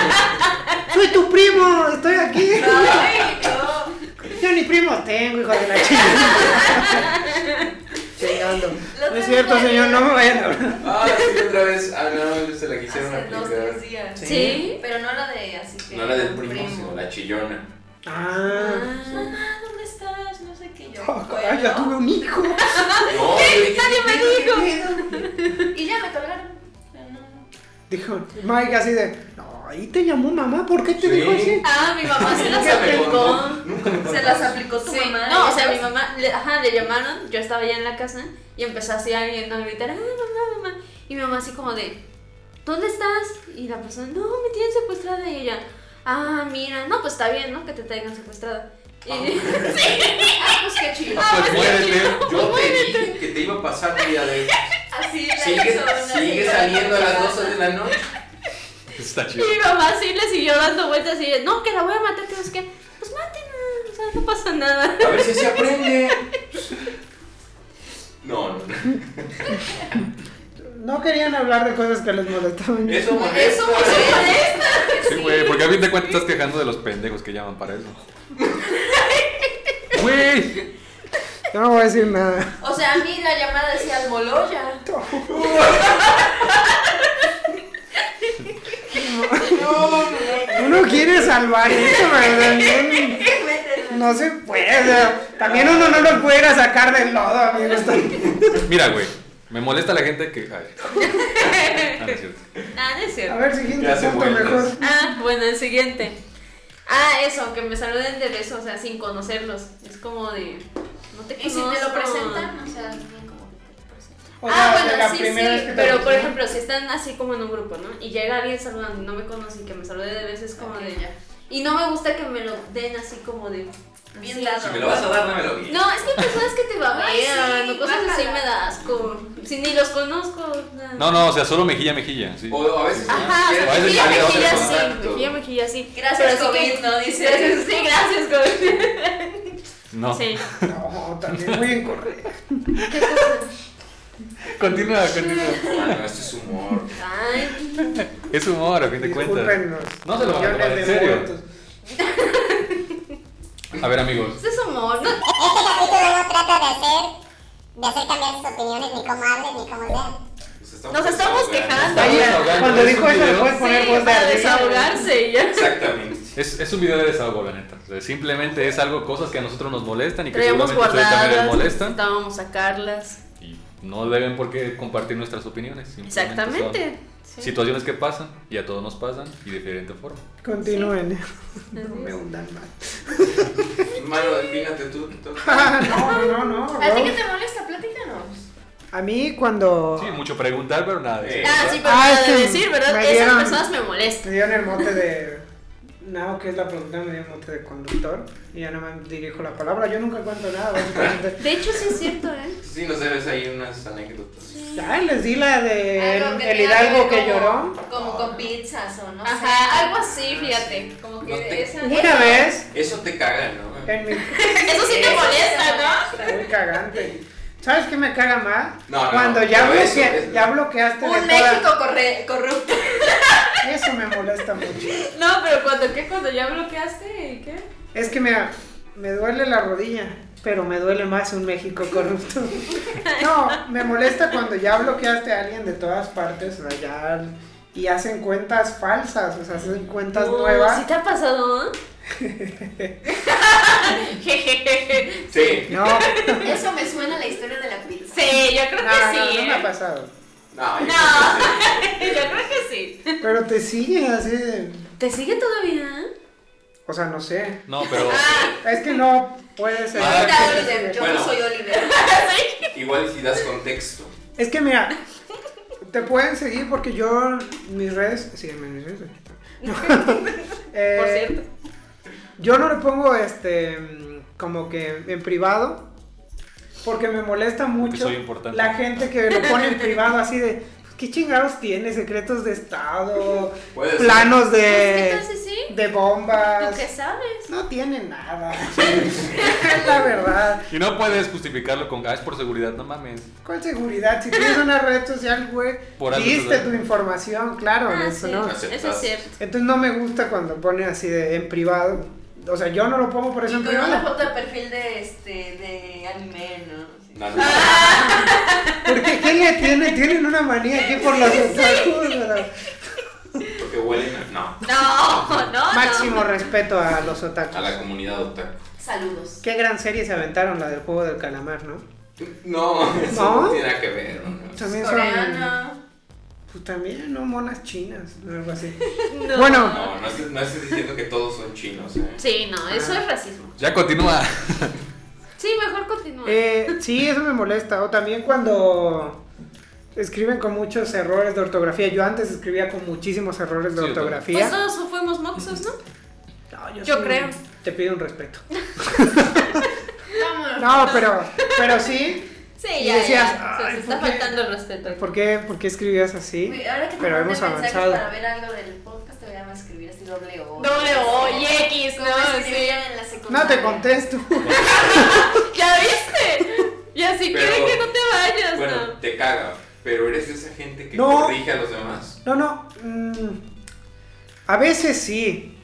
Speaker 6: [LAUGHS] Soy tu primo, estoy aquí.
Speaker 3: Ay, no.
Speaker 6: Yo ni primo tengo, hijo de la chingada. Chingando. No es cierto, señor, no me vayan a hablar.
Speaker 7: Ah, sí, otra vez. Ah, no, se la quisieron
Speaker 3: Hace dos, tres
Speaker 7: aplicar.
Speaker 3: días.
Speaker 9: Sí.
Speaker 3: Pero no la de así que.
Speaker 7: No la del primo, sino la chillona.
Speaker 6: Ah,
Speaker 3: Mamá, ¿dónde estás? No sé qué yo.
Speaker 6: oh, caray, ya tuve
Speaker 3: Bueno,
Speaker 6: un hijo.
Speaker 7: No, yo dije,
Speaker 3: Y ya me colgaron. Pero no.
Speaker 6: Dijo Mike así de, no, ahí te llamó mamá, ¿por qué te
Speaker 7: Sí.
Speaker 6: dijo así?
Speaker 9: Ah, mi mamá se las
Speaker 7: nunca me
Speaker 9: aplicó.
Speaker 7: contó, Nunca me
Speaker 3: Se
Speaker 7: contó.
Speaker 3: las aplicó tu
Speaker 9: Sí,
Speaker 3: mamá.
Speaker 9: no, o sea,
Speaker 3: ¿sabes?
Speaker 9: mi mamá, le, ajá, le llamaron, yo estaba ya en la casa y empezó así alguien a gritar, ah, mamá, mamá. Y mi mamá así como de, ¿dónde estás? Y la persona, no, me tienen secuestrada. Y ella, ah, mira, no, pues está bien, ¿no? Que te tengan secuestrada. [LAUGHS] Y,
Speaker 3: Ah, pues qué chido.
Speaker 8: Pues muérete.
Speaker 7: Yo te dije que te iba a pasar un día de
Speaker 3: Así la
Speaker 7: Sigue,
Speaker 3: hizo una
Speaker 7: sigue
Speaker 3: señora
Speaker 7: saliendo a las
Speaker 3: colgada.
Speaker 7: 12 de la noche.
Speaker 8: Está
Speaker 9: y
Speaker 8: chido.
Speaker 9: mi mamá sí le siguió dando vueltas y ella, no, que la voy a matar, que no sé qué. Pues mátenla, o sea, no pasa nada.
Speaker 7: A ver si se aprende. No, no, no.
Speaker 6: No querían hablar de cosas que les molestaban.
Speaker 7: Eso molesta.
Speaker 3: Eso me molesta.
Speaker 8: Sí, güey, porque a fin de cuentas estás quejando de los pendejos que llaman para eso. Güey,
Speaker 6: Yo no voy a decir nada.
Speaker 3: O sea, a mí la llamada decía Almoloya.
Speaker 6: Uno quiere salvar esto, ¿verdad?
Speaker 9: [LAUGHS]
Speaker 6: Bien- No se puede. También uno no lo puede ir a sacar del lodo, amigos.
Speaker 8: mira, güey. Me molesta la gente que.
Speaker 9: [LAUGHS]
Speaker 8: ay. Ah, no es cierto.
Speaker 9: Ah, no es
Speaker 6: A
Speaker 9: cierto.
Speaker 6: ver, siguiente
Speaker 7: Ya se
Speaker 6: punto
Speaker 7: vuelve.
Speaker 6: mejor.
Speaker 9: Ah, bueno, el siguiente. Ah, eso, que me saluden de beso, o sea, sin conocerlos. Es como de. No te
Speaker 3: Y si te lo
Speaker 9: conozco.
Speaker 3: presentan, o sea, alguien como que te lo presenta.
Speaker 6: O
Speaker 9: ah,
Speaker 6: sea, de
Speaker 9: bueno,
Speaker 6: la
Speaker 9: sí,
Speaker 6: primera vez
Speaker 9: sí,
Speaker 6: que te
Speaker 9: pero por
Speaker 6: aproximan.
Speaker 9: ejemplo, si están así como en un grupo, ¿no? Y llega alguien saludando y no me conoce y que me salude de beso, es como
Speaker 3: Ok,
Speaker 9: de.
Speaker 3: ya.
Speaker 9: Y no me gusta que me lo den así como de.
Speaker 3: Bien
Speaker 9: así.
Speaker 3: dado.
Speaker 7: Si me lo vas a dar, dámelo bien.
Speaker 9: No, es que hay personas que te babean,
Speaker 3: Ay, sí,
Speaker 9: o cosas así
Speaker 3: guácala.
Speaker 9: me da asco. Si ni los conozco. nada.
Speaker 8: No, no, o sea, solo mejilla, mejilla. Sí.
Speaker 7: O a veces.
Speaker 9: Ajá, o sea,
Speaker 8: A veces
Speaker 9: mejilla,
Speaker 8: sale otro
Speaker 9: mejilla sí,
Speaker 7: contacto.
Speaker 9: mejilla, mejilla sí.
Speaker 3: Gracias,
Speaker 9: Pero sí que-
Speaker 3: COVID, ¿no? Dice.
Speaker 9: Gracias, sí, gracias, COVID.
Speaker 8: No.
Speaker 9: Sí.
Speaker 8: [LAUGHS]
Speaker 6: No, también muy incorrecto.
Speaker 9: ¿Qué cosa?
Speaker 8: Continúa, continúa.
Speaker 7: Ah, no, esto es humor.
Speaker 9: Ay,
Speaker 8: Es humor, a fin de cuentas.
Speaker 6: Discúlpenos.
Speaker 8: No se lo van a tomar en
Speaker 6: Millones de
Speaker 8: serio.
Speaker 6: muertos.
Speaker 8: A ver, amigos.
Speaker 9: esto es amor. No,
Speaker 11: este capítulo no trata de hacer, de hacer cambiar sus opiniones, ni cómo hablen, ni cómo sean.
Speaker 7: Nos
Speaker 9: Nos estamos quejando.
Speaker 6: Ahí,
Speaker 8: desahogando,
Speaker 6: cuando
Speaker 8: es
Speaker 6: dijo
Speaker 8: un
Speaker 6: eso, le
Speaker 8: video.
Speaker 6: puedes poner
Speaker 9: sí,
Speaker 6: voz de
Speaker 9: para
Speaker 6: Adrián.
Speaker 9: desahogarse y ya.
Speaker 7: Exactamente.
Speaker 8: Es, es un video de desahogo, la neta. O sea, simplemente es algo, cosas que a nosotros nos molestan y que
Speaker 9: Traíamos
Speaker 8: seguramente a ustedes también les
Speaker 9: guardadas,
Speaker 8: molestan.
Speaker 9: necesitábamos sacarlas.
Speaker 8: Y no deben por qué compartir nuestras opiniones. simplemente
Speaker 9: Exactamente.
Speaker 8: son
Speaker 9: Sí.
Speaker 8: Situaciones que pasan y a todos nos pasan y de diferente forma.
Speaker 6: Continúen.
Speaker 9: Así
Speaker 6: No me
Speaker 9: es.
Speaker 6: hundan más.
Speaker 9: [LAUGHS]
Speaker 6: [LAUGHS]
Speaker 7: Mano, fíjate tú. te toca.
Speaker 6: No, no, no.
Speaker 3: ¿A ti qué
Speaker 6: bro.
Speaker 3: te molesta? Platícanos.
Speaker 6: A mí cuando
Speaker 8: Sí, mucho preguntar, pero nada. de
Speaker 7: Eh,
Speaker 8: eso.
Speaker 9: Ah, sí, pero
Speaker 6: Ah,
Speaker 9: nada
Speaker 6: es
Speaker 9: de
Speaker 6: que
Speaker 9: decir, ¿verdad?
Speaker 6: me
Speaker 9: Esas
Speaker 6: dieron-
Speaker 9: personas me molestan.
Speaker 6: me dieron el mote de... No, que es la pregunta, me dieron el mote de conductor. Y ya no me dirijo la palabra. Yo nunca cuento nada, básicamente.
Speaker 9: De hecho, sí es cierto, ¿eh?
Speaker 7: Sí, nos debes ahí unas anécdotas.
Speaker 6: Ya, les di la de
Speaker 3: Algo
Speaker 6: [LAUGHS] el,
Speaker 3: que tenga
Speaker 6: el
Speaker 3: que
Speaker 6: hidalgo
Speaker 3: ver
Speaker 6: que
Speaker 3: como-
Speaker 6: lloró.
Speaker 3: Como con pizzas o no sé.
Speaker 9: Ajá, algo así, fíjate. Como
Speaker 7: No te-
Speaker 9: que esa.
Speaker 6: Una vez
Speaker 7: Eso te caga, ¿no?
Speaker 6: en mi...
Speaker 9: Eso sí te molesta,
Speaker 6: Muy cagante. ¿Sabes qué me caga más?
Speaker 7: No, no,
Speaker 6: Cuando
Speaker 7: no,
Speaker 6: ya,
Speaker 7: pero eso,
Speaker 6: bloquea-
Speaker 7: eso.
Speaker 6: ya bloqueaste de
Speaker 3: Un
Speaker 6: todas-
Speaker 3: México corre- corrupto.
Speaker 6: Eso me molesta mucho.
Speaker 9: ¿no? [LAUGHS] No, pero cuando qué, cuando ya bloqueaste y qué.
Speaker 6: Es que mira, me duele la rodilla, pero me duele más un México corrupto. No, me molesta cuando ya bloqueaste a alguien de todas partes, o sea, ya y hacen cuentas falsas, o sea, hacen cuentas
Speaker 9: No,
Speaker 6: nuevas.
Speaker 9: ¿Sí te
Speaker 3: [LAUGHS]
Speaker 9: ha pasado? Jejeje.
Speaker 7: Sí.
Speaker 6: No, no,
Speaker 3: Eso me suena a la historia de la pizza.
Speaker 9: sí, yo creo que
Speaker 6: no,
Speaker 9: sí.
Speaker 6: no me ha
Speaker 9: ¿eh?
Speaker 6: pasado.
Speaker 7: No, yo
Speaker 9: No. [LAUGHS]
Speaker 7: creo que sí.
Speaker 9: yo creo que sí.
Speaker 6: Pero te sigue así, de-
Speaker 9: ¿Te sigue todavía?
Speaker 6: o sea, no sé.
Speaker 8: No, pero
Speaker 6: Es que no puede ser.
Speaker 3: Ahorita, Oliver, yo
Speaker 7: Bueno.
Speaker 3: no soy
Speaker 6: [LAUGHS]
Speaker 3: Oliver.
Speaker 7: Igual si das contexto.
Speaker 6: Es que mira, te pueden seguir porque yo mis redes, sígueme en mis redes. No. Eh,
Speaker 9: [LAUGHS] Por cierto.
Speaker 6: Yo no le pongo este mm, como que en privado porque me molesta mucho
Speaker 8: soy importante.
Speaker 6: la gente que lo pone en privado así de pues, qué chingados tiene secretos de estado,
Speaker 7: Puede ser.
Speaker 6: planos
Speaker 9: Pues, ¿Qué
Speaker 6: de
Speaker 9: tal si sí?
Speaker 6: de
Speaker 9: ¿Tú
Speaker 6: bombas.
Speaker 9: qué sabes?
Speaker 6: No tiene nada. Es [LAUGHS] la verdad.
Speaker 8: Y no puedes justificarlo con ah, es por seguridad, no mames.
Speaker 6: ¿Cuál seguridad? Si tienes una red social, güey,
Speaker 8: Por algo
Speaker 6: diste
Speaker 8: te
Speaker 6: tu
Speaker 8: lo-
Speaker 6: información, claro,
Speaker 9: Ah,
Speaker 6: eso
Speaker 9: sí,
Speaker 6: no.
Speaker 9: Eso es cierto.
Speaker 6: Entonces no me gusta cuando pone así de en privado. O sea, yo no lo pongo por eso en
Speaker 3: Con una
Speaker 6: privado.
Speaker 3: foto de perfil de este de anime, ¿no? Sí.
Speaker 7: No, no, no.
Speaker 6: Porque ¿qué le tiene? Tienen una manía aquí por los otakus, ¿verdad?
Speaker 7: Porque huelen a... No.
Speaker 9: No, [LAUGHS] no, no.
Speaker 6: Máximo respeto a los
Speaker 7: A la
Speaker 6: otakus.
Speaker 7: comunidad otaku.
Speaker 3: Saludos.
Speaker 6: Qué gran serie se aventaron la del juego del calamar, ¿no?
Speaker 7: No, eso
Speaker 6: ¿No?
Speaker 7: no, tiene nada que ver. ¿no?
Speaker 6: También son
Speaker 3: Coreana.
Speaker 6: pues también no monas chinas, o algo
Speaker 9: [LAUGHS]
Speaker 6: así.
Speaker 9: No.
Speaker 6: Bueno,
Speaker 7: No, no estés, no estés diciendo que todos son chinos, ¿eh?
Speaker 9: Sí, no, eso es racismo.
Speaker 8: Ya continúa.
Speaker 9: Sí, mejor continúa.
Speaker 6: eh, sí, eso me molesta. O también cuando escriben con muchos errores de ortografía. Yo antes escribía con muchísimos errores de
Speaker 8: Sí, yo también.
Speaker 9: pues
Speaker 6: ortografía.
Speaker 9: todos fuimos moxos, ¿no?
Speaker 6: No,
Speaker 9: yo creo.
Speaker 6: Te pido un
Speaker 9: [LAUGHS]
Speaker 6: respeto. [LAUGHS]
Speaker 3: Vámonos.
Speaker 6: No, pero, pero sí.
Speaker 9: Sí,
Speaker 6: Y
Speaker 9: ya,
Speaker 6: decías,
Speaker 9: ya. Se-
Speaker 6: "Ay,
Speaker 9: se
Speaker 6: ¿por
Speaker 9: está
Speaker 6: qué?"
Speaker 9: faltando el respeto.
Speaker 6: ¿Por qué, por qué escribías así?
Speaker 3: Güey, Ahora que te
Speaker 6: Pero
Speaker 3: mando
Speaker 6: hemos
Speaker 3: mensajes
Speaker 6: avanzado.
Speaker 3: para ver algo del podcast, te voy a escribir así doble O.
Speaker 9: Doble O y X,
Speaker 3: Como
Speaker 9: no,
Speaker 3: escribían en la
Speaker 6: No te
Speaker 3: secundaria.
Speaker 6: contesto. [LAUGHS]
Speaker 9: ¿Ya viste? Y así
Speaker 7: Pero-
Speaker 9: quieren [LAUGHS] que no te vayas,
Speaker 7: Bueno,
Speaker 9: ¿no?
Speaker 7: te caga. Pero eres de esa gente que
Speaker 6: No.
Speaker 7: corrige a los demás.
Speaker 6: No, no. mm, a veces sí.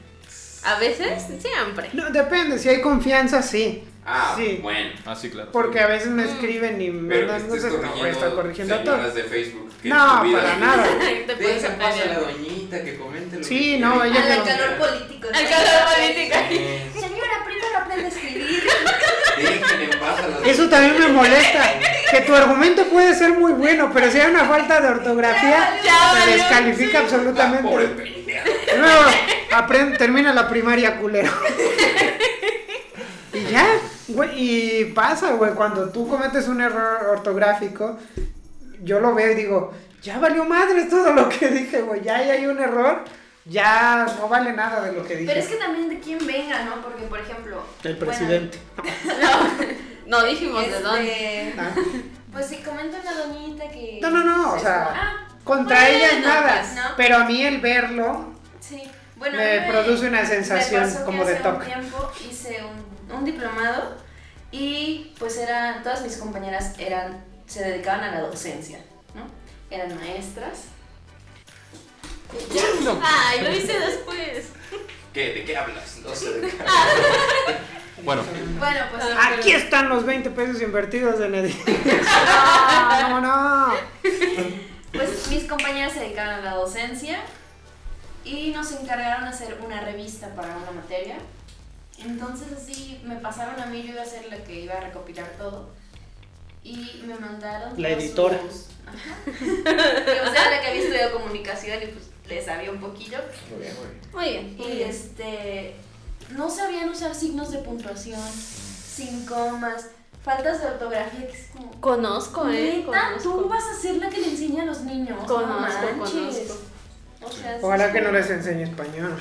Speaker 9: A veces, siempre.
Speaker 6: No, depende, si hay confianza, sí.
Speaker 7: Ah,
Speaker 6: Sí.
Speaker 7: bueno.
Speaker 8: Ah, sí, claro.
Speaker 6: Porque a veces me escriben y me
Speaker 7: Pero que
Speaker 6: mandan
Speaker 7: estés
Speaker 6: cosas no, güey, está
Speaker 7: corrigiendo,
Speaker 6: corrigiendo a
Speaker 7: señoras
Speaker 6: todos.
Speaker 7: de Facebook. que en
Speaker 6: No,
Speaker 7: tu vida- [LAUGHS]
Speaker 6: para nada.
Speaker 9: Te puedes
Speaker 7: Deja pasa a la
Speaker 9: cambiar.
Speaker 7: doñita que comente lo
Speaker 6: Sí,
Speaker 7: que
Speaker 6: no,
Speaker 7: quiere.
Speaker 6: ella
Speaker 3: Al
Speaker 6: no.
Speaker 3: calor político. ¿no?
Speaker 9: Al calor político.
Speaker 7: Sí.
Speaker 3: Señora, primero aprende a escribir.
Speaker 7: Eh, Dejen en paz a las
Speaker 6: Eso también me molesta. Que tu argumento puede ser muy bueno, pero si hay una falta de ortografía,
Speaker 9: Ya
Speaker 6: se
Speaker 9: valió,
Speaker 6: descalifica
Speaker 7: Ah, Pobre
Speaker 6: absolutamente.
Speaker 7: pendeja.
Speaker 6: Luego, aprende, termina la primaria, culero. Y ya, güey, y pasa, güey, cuando tú cometes un error ortográfico, yo lo veo y digo, ya valió madre todo lo que dije, güey, ya ahí hay un error, ya no vale nada de lo que dije.
Speaker 3: Pero es que también de quién venga, ¿no? Porque, por ejemplo.
Speaker 6: El
Speaker 3: bueno,
Speaker 6: presidente.
Speaker 9: No dijimos de
Speaker 3: este,
Speaker 9: dónde.
Speaker 6: Ah.
Speaker 3: Pues si comenta una doñita que.
Speaker 6: No, no, no, o
Speaker 3: se-
Speaker 6: sea,
Speaker 3: Ah,
Speaker 6: Contra
Speaker 3: bueno,
Speaker 6: ellas nada,
Speaker 3: pues, ¿no?
Speaker 6: pero a mí el verlo,
Speaker 3: Sí. Bueno,
Speaker 6: Me
Speaker 3: a mí
Speaker 6: produce una
Speaker 3: me
Speaker 6: sensación
Speaker 3: pasó que
Speaker 6: como de
Speaker 3: hace un
Speaker 6: toque.
Speaker 3: tiempo hice un, un diplomado y pues eran todas mis compañeras eran
Speaker 9: se dedicaban a la docencia, ¿no? Eran maestras. Ya.
Speaker 1: Ay, lo hice después.
Speaker 7: ¿Qué? ¿De qué hablas? No sé de qué
Speaker 8: Bueno,
Speaker 9: Bueno, pues
Speaker 1: Ah,
Speaker 6: Aquí están los 20 pesos invertidos en el...
Speaker 3: Ah.
Speaker 2: Ah,
Speaker 6: no, no.
Speaker 9: Pues mis compañeras se dedicaron a la docencia y nos encargaron de hacer una revista para una materia. Entonces así me pasaron a mí, yo iba a ser la que iba a recopilar todo. Y me mandaron...
Speaker 6: La
Speaker 9: todos
Speaker 6: editora.
Speaker 9: sus- Ajá. [LAUGHS] Yo era la que había estudiado comunicación y pues le sabía un poquillo.
Speaker 7: Muy bien, muy bien.
Speaker 1: Muy bien. muy
Speaker 9: Y
Speaker 1: bien.
Speaker 9: este, no sabían usar signos de puntuación, sin comas, faltas de ortografía, que es como...
Speaker 1: Conozco, eh.
Speaker 9: Neta, tú
Speaker 1: conozco.
Speaker 9: vas a ser la que le enseña a los niños. no
Speaker 1: Conozco,
Speaker 9: manches.
Speaker 1: conozco.
Speaker 9: O
Speaker 3: Pues
Speaker 9: sea,
Speaker 6: Ojalá
Speaker 9: sí.
Speaker 6: que no les enseñe español.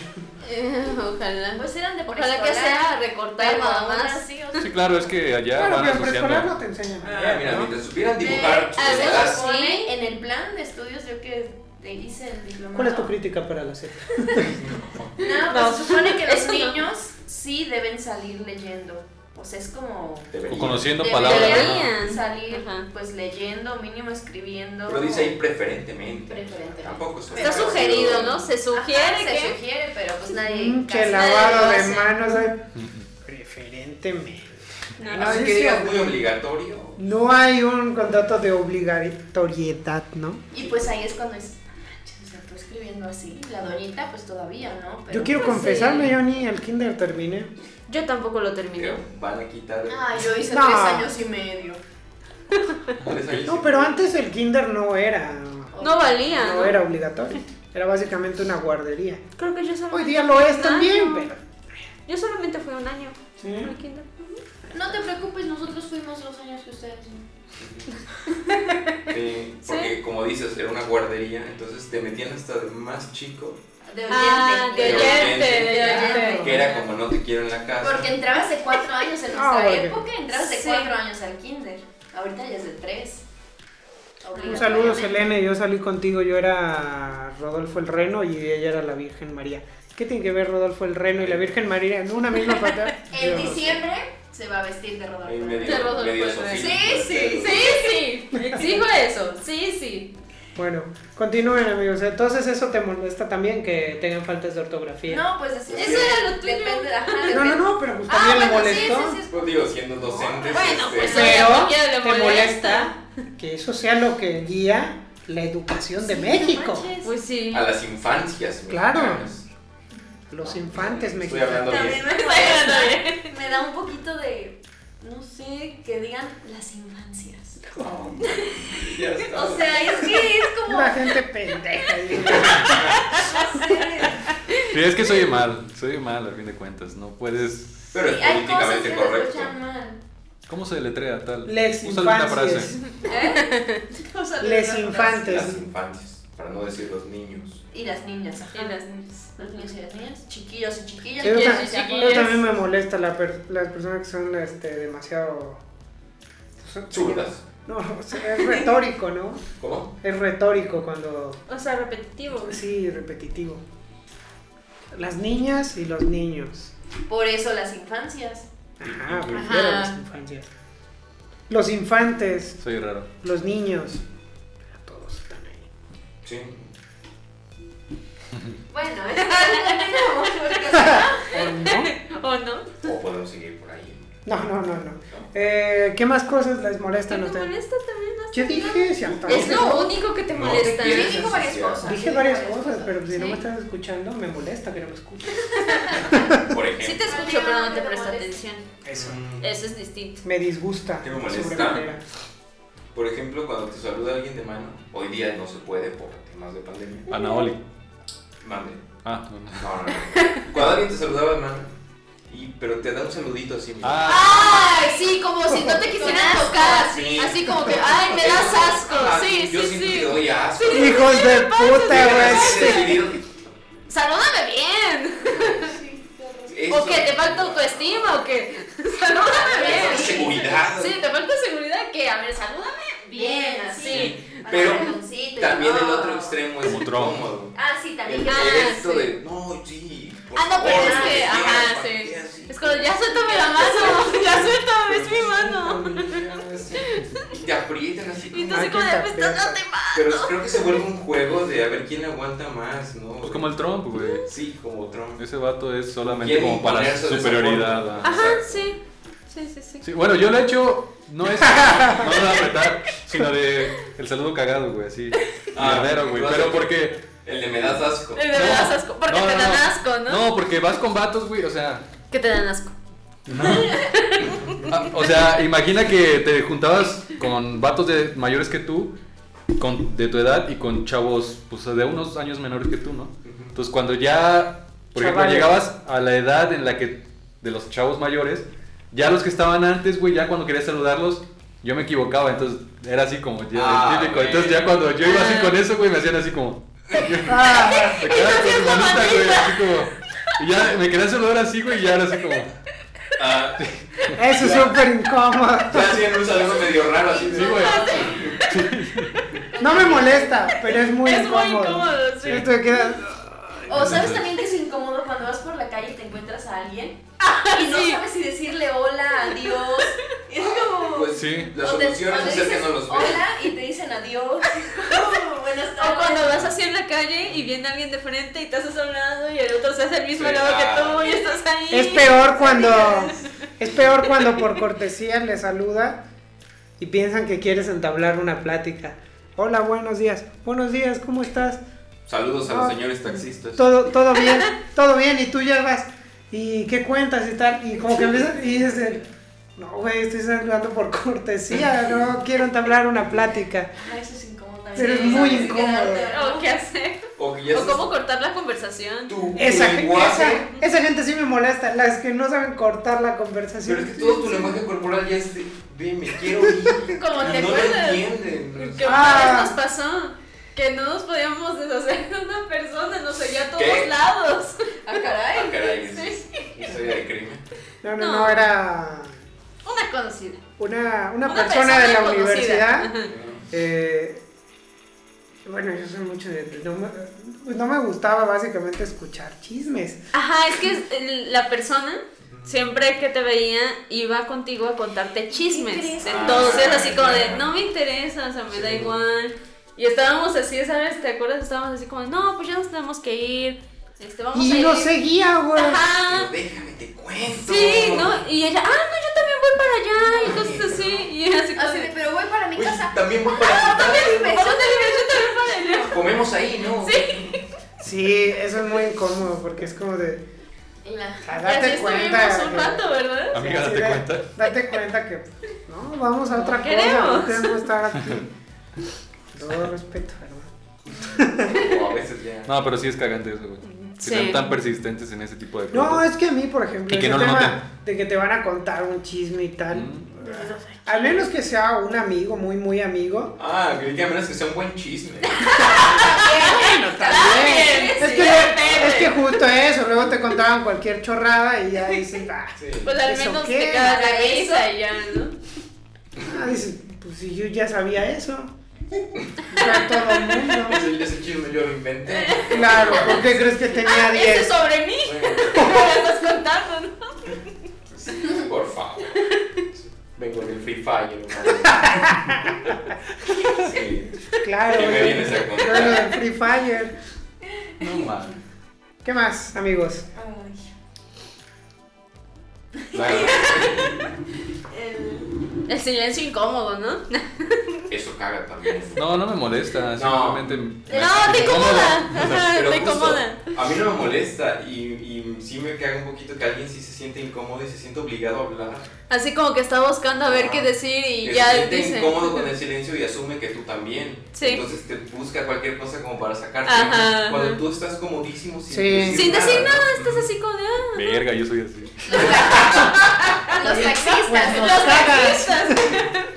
Speaker 1: Eh, ojalá.
Speaker 9: Pues eran de
Speaker 1: Ojalá que
Speaker 9: preescolar,
Speaker 1: sea recortar
Speaker 9: pero
Speaker 1: nada
Speaker 9: aún
Speaker 1: más.
Speaker 9: así, o sea,
Speaker 8: sí, claro, es que allá
Speaker 6: Claro,
Speaker 8: van
Speaker 6: pero en preescolar no
Speaker 8: asociando.
Speaker 6: te enseñan.
Speaker 7: Ah, mira,
Speaker 6: ¿no?
Speaker 7: mientras supieran
Speaker 9: de-
Speaker 7: dibujar,
Speaker 9: Eh, a
Speaker 1: de
Speaker 7: pues,
Speaker 9: ver,
Speaker 7: das-
Speaker 1: las-
Speaker 9: supone en el plan de estudios yo que le hice el diplomado.
Speaker 6: ¿Cuál es tu crítica para la serie?
Speaker 9: No,
Speaker 1: No.
Speaker 9: pues supone
Speaker 1: [LAUGHS]
Speaker 9: que los
Speaker 1: Eso no.
Speaker 9: niños sí deben salir leyendo. O sea, es como
Speaker 8: O
Speaker 7: debería.
Speaker 8: conociendo palabras. ¿no?
Speaker 1: Deberían.
Speaker 9: salir
Speaker 1: Ajá.
Speaker 9: pues leyendo, mínimo escribiendo.
Speaker 7: Pero dice ahí preferentemente.
Speaker 9: Preferente.
Speaker 7: Tampoco es
Speaker 1: Está
Speaker 7: obligatorio.
Speaker 1: sugerido, ¿no? Se sugiere
Speaker 9: Ajá, se
Speaker 1: que.
Speaker 9: sugiere, pero pues nadie
Speaker 6: Mm,
Speaker 9: casi
Speaker 6: Que
Speaker 9: nadie
Speaker 6: lavado
Speaker 9: lo
Speaker 6: de
Speaker 9: hace.
Speaker 6: manos. eh. Preferentemente.
Speaker 1: No.
Speaker 6: No,
Speaker 7: Así
Speaker 6: Ah, sí
Speaker 7: que
Speaker 6: es
Speaker 7: digas
Speaker 6: cierto.
Speaker 7: muy obligatorio.
Speaker 6: No hay un contrato de obligatoriedad, ¿no?
Speaker 9: Y pues ahí es cuando es, "Ah, manches, o sea, tú escribiendo así. La doñita, pues todavía, ¿no? Pero,
Speaker 6: Yo quiero
Speaker 9: pues,
Speaker 6: confesarme,
Speaker 9: sí.
Speaker 6: yo ni el kinder terminé.
Speaker 1: Yo tampoco lo terminé.
Speaker 7: Mira, van a quitar.
Speaker 9: Ah, yo hice
Speaker 6: No.
Speaker 9: tres años y medio.
Speaker 7: [LAUGHS] tres años
Speaker 6: No,
Speaker 7: y-
Speaker 6: pero antes el kinder no era,
Speaker 1: No valía.
Speaker 6: no
Speaker 1: Ah, ¿no?
Speaker 6: era obligatorio. Era básicamente una guardería.
Speaker 1: Creo que yo solamente.
Speaker 6: Hoy día lo es
Speaker 1: fui Ah, un
Speaker 6: también,
Speaker 1: año.
Speaker 6: pero...
Speaker 1: Yo solamente fui un año. al
Speaker 6: ¿Sí?
Speaker 1: kinder.
Speaker 9: No te preocupes, nosotros fuimos los años que ustedes.
Speaker 7: Sí, Eh, porque como dices, era una guardería, entonces te metían hasta de más chico,
Speaker 9: De oyente.
Speaker 1: Ah, de
Speaker 7: oyente,
Speaker 1: oyente, de
Speaker 9: oyente.
Speaker 1: oyente.
Speaker 7: que era como no te quiero en la casa.
Speaker 9: Porque entrabas de cuatro años en
Speaker 6: Ah,
Speaker 9: nuestra
Speaker 6: bueno.
Speaker 9: época, entrabas de
Speaker 1: Sí.
Speaker 9: cuatro años al kinder. Ahorita ya es de tres.
Speaker 6: Un saludo,
Speaker 9: Obligatoriamente.
Speaker 6: Selene. Yo salí contigo. Yo era Rodolfo el Reno y ella era la Virgen María. ¿Qué tiene que ver Rodolfo el Reno y la Virgen María en una misma pata?
Speaker 9: [LAUGHS] En diciembre se va a vestir de
Speaker 7: Ahí
Speaker 9: Rodolfo.
Speaker 7: medio,
Speaker 1: Te rodo el
Speaker 7: medio
Speaker 1: cuello.
Speaker 7: sofí-
Speaker 9: Sí, sí,
Speaker 1: Sí, sí. Exijo eso. Sí, sí.
Speaker 6: Bueno, continúen, amigos. Entonces, eso te molesta también que tengan faltas de ortografía.
Speaker 9: No, pues así.
Speaker 1: Eso era lo tuyo.
Speaker 9: Depende, ajá,
Speaker 6: no, no,
Speaker 9: depende.
Speaker 6: no, pero pues
Speaker 9: Ah,
Speaker 6: también le
Speaker 9: bueno, sí,
Speaker 6: molestó.
Speaker 9: sí, sí.
Speaker 7: Pues digo, siendo docentes.
Speaker 1: Bueno,
Speaker 7: este,
Speaker 1: pues
Speaker 6: Pero,
Speaker 1: a cualquiera le
Speaker 6: ¿te molesta?
Speaker 1: molesta.
Speaker 6: Que eso sea lo que guía la educación de
Speaker 9: Sí,
Speaker 6: México.
Speaker 9: no manches.
Speaker 1: Pues sí.
Speaker 7: a las infancias.
Speaker 6: Claro.
Speaker 7: mexicanas.
Speaker 6: Los infantes
Speaker 7: Estoy
Speaker 6: mexicanos.
Speaker 7: hablando
Speaker 9: También
Speaker 7: bien.
Speaker 9: me molesta. Me da un poquito de. No sé, que digan las infancias.
Speaker 7: Ya está.
Speaker 9: O sea, es que es como.
Speaker 6: La gente pendeja.
Speaker 7: [LAUGHS]
Speaker 6: digo.
Speaker 9: no sé.
Speaker 8: Sí, es que soy mal, soy mal a fin de cuentas. No puedes.
Speaker 7: pero es
Speaker 9: Sí, hay cosas que
Speaker 7: políticamente
Speaker 9: se
Speaker 7: correcto.
Speaker 9: escuchan mal.
Speaker 8: ¿Cómo se deletrea tal?
Speaker 6: Les
Speaker 8: Usa alguna
Speaker 6: infancias.
Speaker 8: frase.
Speaker 9: O sea,
Speaker 6: Les
Speaker 9: las-
Speaker 6: infantes.
Speaker 7: Las infancias, para no decir los niños.
Speaker 9: Y las niñas. ajá.
Speaker 1: Y las niñas.
Speaker 9: Los niños y las niñas. Chiquillos y chiquillas.
Speaker 6: Sí, o sea,
Speaker 9: chiquillos y
Speaker 6: yo
Speaker 9: chiquillas.
Speaker 6: también me molesta la per- las personas que son este, demasiado... son-
Speaker 7: Zurdas.
Speaker 6: No, [LAUGHS] o sea, es retórico, ¿no?
Speaker 7: ¿Cómo?
Speaker 6: Es retórico cuando...
Speaker 1: O sea, repetitivo.
Speaker 6: Sí, repetitivo. Las niñas y los niños.
Speaker 9: Por eso las infancias.
Speaker 6: Ajá, prefiero
Speaker 1: Ajá.
Speaker 6: las infancias. Los infantes,
Speaker 8: Soy raro.
Speaker 6: los niños. Todos están ahí.
Speaker 7: Sí.
Speaker 9: Bueno, es porque
Speaker 6: ¿O no?
Speaker 1: ¿O no?
Speaker 7: O podemos seguir por ahí.
Speaker 1: [LAUGHS]
Speaker 6: No, no, no, no. Eh, ¿Qué más cosas les molestan a
Speaker 1: ¿Te
Speaker 6: ustedes?
Speaker 1: molesta también? las
Speaker 6: ¿Qué
Speaker 1: niñas?
Speaker 6: dije? Si hasta
Speaker 1: Es
Speaker 6: ahora-
Speaker 1: lo único que te
Speaker 7: No,
Speaker 1: molesta.
Speaker 7: te
Speaker 9: yo
Speaker 7: quieres.
Speaker 9: digo varias cosas.
Speaker 6: Dije
Speaker 9: sí,
Speaker 6: varias cosas, pero si no
Speaker 9: Sí.
Speaker 6: me estás escuchando, me molesta que no me escuches.
Speaker 7: Por ejemplo.
Speaker 1: Sí te escucho, pero no te presta atención.
Speaker 6: Eso.
Speaker 7: Mm.
Speaker 1: Eso es distinto.
Speaker 6: Me disgusta.
Speaker 7: ¿Qué me molesta?
Speaker 6: sobremanera.
Speaker 7: Por ejemplo, cuando te saluda alguien de mano, hoy día no se puede por temas de pandemia.
Speaker 8: Anaoli.
Speaker 7: Mande.
Speaker 8: Ah, no, no.
Speaker 7: No, no, no. Cuando alguien te saludaba de mano, y, pero te da un saludito así. mira.
Speaker 8: Ah,
Speaker 1: Ay, sí, como si no
Speaker 6: [LAUGHS]
Speaker 1: te quisieran tocar.
Speaker 7: sí.
Speaker 1: Así como que, ay, me
Speaker 7: [LAUGHS]
Speaker 1: das
Speaker 7: Ah,
Speaker 1: asco. Sí,
Speaker 7: yo
Speaker 1: sí,
Speaker 7: siento que
Speaker 1: sí.
Speaker 7: te doy asco.
Speaker 6: Hijos de puta, güey.
Speaker 7: Has decidido que-
Speaker 1: Salúdame
Speaker 7: [LAUGHS]
Speaker 1: bien. [LAUGHS]
Speaker 7: eso-
Speaker 1: ¿O qué? ¿Te falta autoestima o qué? Salúdame
Speaker 7: Te
Speaker 1: bien.
Speaker 7: falta seguridad.
Speaker 1: Sí, te falta seguridad que, a ver, salúdame
Speaker 7: [LAUGHS]
Speaker 1: bien, así.
Speaker 7: Pero
Speaker 9: Pantaloncito y
Speaker 7: También el
Speaker 9: todo.
Speaker 7: otro extremo es
Speaker 8: Como Trump.
Speaker 7: incómodo.
Speaker 9: Ah, sí, también.
Speaker 7: El
Speaker 1: Ah,
Speaker 7: gesto
Speaker 1: sí.
Speaker 7: de, no, sí. por
Speaker 1: Ah, no, pero
Speaker 7: favor,
Speaker 1: es que,
Speaker 7: no,
Speaker 1: ajá,
Speaker 7: ¿para
Speaker 1: sí.
Speaker 7: qué así?
Speaker 1: Es cuando ya suéltame la mano, ya suéltame, es mi mano.
Speaker 7: Sí, sí. te aprietan así
Speaker 9: Y
Speaker 7: como...
Speaker 9: entonces como de, pues, me estás
Speaker 1: "Ah,
Speaker 9: lastimando.
Speaker 7: Pero creo que se vuelve un juego de a ver quién aguanta más, ¿no?
Speaker 8: Pues como el Trump, güey.
Speaker 7: Sí, como Trump.
Speaker 8: Ese vato es solamente
Speaker 7: Quiere
Speaker 8: como para
Speaker 7: imponerse de esa
Speaker 8: superioridad.
Speaker 7: forma.
Speaker 8: ah.
Speaker 9: Ajá, sí. Sí, sí, sí.
Speaker 8: Sí, bueno, yo lo he hecho, no
Speaker 7: [LAUGHS]
Speaker 8: es no de apretar, sino de el saludo cagado, güey, así.
Speaker 7: Ah,
Speaker 8: Mierdero, güey.
Speaker 7: lo
Speaker 8: Pero
Speaker 7: hace-
Speaker 8: porque
Speaker 7: El de me das asco.
Speaker 9: De verdad, asco. Porque
Speaker 8: No,
Speaker 9: te
Speaker 8: no,
Speaker 9: dan
Speaker 8: no.
Speaker 9: asco, ¿no?
Speaker 8: No, porque vas con vatos, güey, o sea,
Speaker 9: Que te dan asco.
Speaker 8: ah, o sea, imagina que te juntabas con vatos de mayores que tú, con, de tu edad y con chavos pues de unos años menores que tú, ¿no? Entonces, cuando ya, por ejemplo,
Speaker 12: Chavales.
Speaker 8: llegabas a la edad en la que de los chavos mayores, ya los que estaban antes, güey, ya cuando quería saludarlos, yo me equivocaba, entonces era así como ya,
Speaker 7: Ah,
Speaker 8: el típico.
Speaker 7: güey.
Speaker 8: Entonces, ya cuando yo iba así
Speaker 9: Ah.
Speaker 8: con eso, güey, me hacían así como
Speaker 6: Ah,
Speaker 8: te quedas con tu manita, güey, así como. Y ya me quería saludar así, güey, y ya era así como.
Speaker 7: Ah,
Speaker 6: eso es súper incómodo.
Speaker 7: te hacían un saludo medio raro así. de-
Speaker 8: Sí, güey.
Speaker 6: No me molesta, pero es muy
Speaker 9: Es muy
Speaker 6: incómodo.
Speaker 9: incómodo, sí.
Speaker 6: Y te quedas-
Speaker 1: O sabes también que es incómodo cuando vas por la calle y te encuentras a alguien y no
Speaker 9: Ah, sí.
Speaker 1: sabes si decirle hola,
Speaker 9: [LAUGHS]
Speaker 1: adiós. Y es como.
Speaker 7: Pues
Speaker 8: Sí.
Speaker 7: La
Speaker 1: o te-
Speaker 7: solución
Speaker 1: o
Speaker 7: es
Speaker 1: le
Speaker 7: hacer que
Speaker 1: dices
Speaker 7: no los vean.
Speaker 1: Hola y te dicen
Speaker 9: [LAUGHS]
Speaker 1: adiós. Como, Buenas tardes.
Speaker 9: O cuando vas así en la calle y viene alguien de frente y te haces a un lado y el otro se hace el mismo
Speaker 7: Sí,
Speaker 9: lado
Speaker 7: ah.
Speaker 9: que tú y estás ahí.
Speaker 6: Es peor cuando es peor cuando por cortesía le saluda y piensan que quieres entablar una plática. Hola, buenos días. Buenos días, ¿cómo estás?
Speaker 7: Saludos a los
Speaker 6: Ah.
Speaker 7: señores taxistas.
Speaker 6: Todo todo bien, todo bien y tú ya vas. ¿Y qué cuentas y tal? Y como que empiezas y dices, el, "No, güey, estoy saludando por cortesía, no quiero entablar una plática."
Speaker 1: Ah, eso es incómodo también.
Speaker 6: Pero es
Speaker 1: No
Speaker 6: muy
Speaker 1: sabes si
Speaker 6: incómodo.
Speaker 1: quedarte, ¿no?
Speaker 9: O qué hacer.
Speaker 7: O que ya
Speaker 9: O
Speaker 7: se-
Speaker 9: cómo cortar la conversación.
Speaker 7: tu, tu
Speaker 6: Esa, gen- esa,
Speaker 7: lenguaje.
Speaker 6: esa gente sí me molesta, las que no saben cortar la
Speaker 7: Pero es
Speaker 6: conversación.
Speaker 7: que todo tu lenguaje corporal ya es de, de me quiero ir.
Speaker 9: [LAUGHS] Como
Speaker 7: Y
Speaker 9: te
Speaker 7: no lo
Speaker 9: acuerdas.
Speaker 7: entienden. o
Speaker 9: Que
Speaker 7: sea,
Speaker 9: una
Speaker 6: Ah.
Speaker 9: vez nos pasó que no nos podíamos deshacer de una persona, nos seguía a todos
Speaker 7: ¿Qué?
Speaker 9: lados.
Speaker 1: Ah, caray.
Speaker 7: Ah, caray, eso es
Speaker 9: Sí.
Speaker 7: historia de crimen.
Speaker 6: No, no,
Speaker 9: No.
Speaker 6: no, era
Speaker 9: Una conocida.
Speaker 6: una, una,
Speaker 9: Una
Speaker 6: persona, de la
Speaker 9: persona conocida.
Speaker 6: universidad.
Speaker 9: Ah.
Speaker 6: eh, bueno, yo soy mucho de. No me, pues no me gustaba básicamente escuchar chismes.
Speaker 9: Ajá, es que es- el- la persona siempre que te veía iba contigo a contarte chismes.
Speaker 1: interesa?
Speaker 9: Entonces,
Speaker 7: Ah,
Speaker 9: así como de,
Speaker 7: ya.
Speaker 9: no me interesa, o sea, me da
Speaker 7: Sí.
Speaker 9: igual. Y estábamos así, ¿sabes? ¿Te acuerdas? Estábamos así como, no, pues ya nos tenemos que ir. Este, vamos a
Speaker 6: Y
Speaker 9: ir.
Speaker 6: lo seguía, güey.
Speaker 9: Ajá.
Speaker 7: Pero déjame te cuento.
Speaker 9: Ah. Sí, ¿no? Y ella, ah, no, yo también voy para allá y cosas así. Y así como
Speaker 1: Así de,
Speaker 9: de,
Speaker 1: pero voy para mi
Speaker 7: Oye,
Speaker 1: casa.
Speaker 7: también voy para
Speaker 9: "Pero yo Ah, también, yo también para allá".
Speaker 7: Comemos ahí, ¿no?
Speaker 6: Sí, eso es muy incómodo porque es como de.
Speaker 1: La-
Speaker 6: ah,
Speaker 9: Y así
Speaker 6: date cuenta.
Speaker 9: estuvimos un
Speaker 6: que-
Speaker 9: rato, ¿verdad?
Speaker 6: sí,
Speaker 8: Amiga,
Speaker 6: así
Speaker 8: date
Speaker 6: de-
Speaker 8: cuenta.
Speaker 6: Date cuenta que. No, vamos a otra cosa.
Speaker 9: queremos.
Speaker 6: No queremos estar aquí. Todo respeto, ¿verdad?
Speaker 7: [LAUGHS] O a veces ya.
Speaker 8: No, pero sí es cagante eso, güey.
Speaker 9: Sí.
Speaker 8: Que sean tan persistentes en ese tipo de cosas.
Speaker 6: No, es que a mí, por ejemplo,
Speaker 8: Y que
Speaker 6: ese
Speaker 8: no lo
Speaker 6: tema
Speaker 8: noten.
Speaker 6: de que te van a contar un chisme y tal.
Speaker 8: Mm.
Speaker 6: Al menos que sea un amigo, muy, muy amigo.
Speaker 7: Ah, creí que a menos que sea un buen
Speaker 9: [LAUGHS]
Speaker 7: chisme.
Speaker 9: También,
Speaker 6: Es
Speaker 9: Ah, sí,
Speaker 6: que,
Speaker 9: depende.
Speaker 6: es que justo eso, luego te contaban cualquier chorrada y ya dices, ah,
Speaker 7: Sí.
Speaker 9: Pues al
Speaker 6: ¿Eso
Speaker 9: menos
Speaker 6: qué?
Speaker 9: te quedas de
Speaker 1: ¿Para
Speaker 9: risa y ya, ¿no?
Speaker 6: [LAUGHS] ah, dices, pues si yo ya sabía eso. Ya todo el mundo.
Speaker 7: Ese, ese chisme yo lo
Speaker 9: [LAUGHS]
Speaker 7: inventé.
Speaker 6: Claro, ¿por qué crees que tenía
Speaker 9: Ah, ese
Speaker 6: 10?
Speaker 9: es sobre mí. [LAUGHS]
Speaker 7: Bueno,
Speaker 9: Me lo estás contando, ¿no?
Speaker 7: por favor. Vengo del Free Fire. ¿no? Sí.
Speaker 6: Claro,
Speaker 7: ¿Qué me
Speaker 6: güey.
Speaker 7: vienes a contar?
Speaker 6: Claro, del Free Fire.
Speaker 7: No mames.
Speaker 6: ¿Qué más, amigos?
Speaker 1: Ay,
Speaker 7: Claro,
Speaker 1: el-
Speaker 9: El silencio incómodo, [LAUGHS] ¿no?
Speaker 7: eso caga también.
Speaker 8: No, no me molesta,
Speaker 7: No.
Speaker 8: simplemente.
Speaker 9: No, te incomoda. [LAUGHS] Ajá,
Speaker 7: Pero
Speaker 9: te
Speaker 7: justo,
Speaker 9: incomoda.
Speaker 7: A mí no me molesta y, y sí me caga un poquito que alguien sí se siente incómodo y se siente obligado a hablar.
Speaker 9: Así como que está buscando a ver qué decir y
Speaker 7: que se
Speaker 9: ya
Speaker 7: siente
Speaker 9: dice.
Speaker 7: incómodo con el silencio y asume que tú también.
Speaker 9: Sí.
Speaker 7: Entonces te busca cualquier cosa como para sacarte.
Speaker 9: Ajá.
Speaker 7: Cuando tú estás comodísimo sin
Speaker 6: Sí.
Speaker 7: decir
Speaker 9: Sin decir
Speaker 7: ¿no?
Speaker 9: nada, estás así como de. ah.
Speaker 8: Verga, yo soy así.
Speaker 1: Los taxistas.
Speaker 6: Pues nos
Speaker 1: los
Speaker 6: cagas.
Speaker 9: Estás-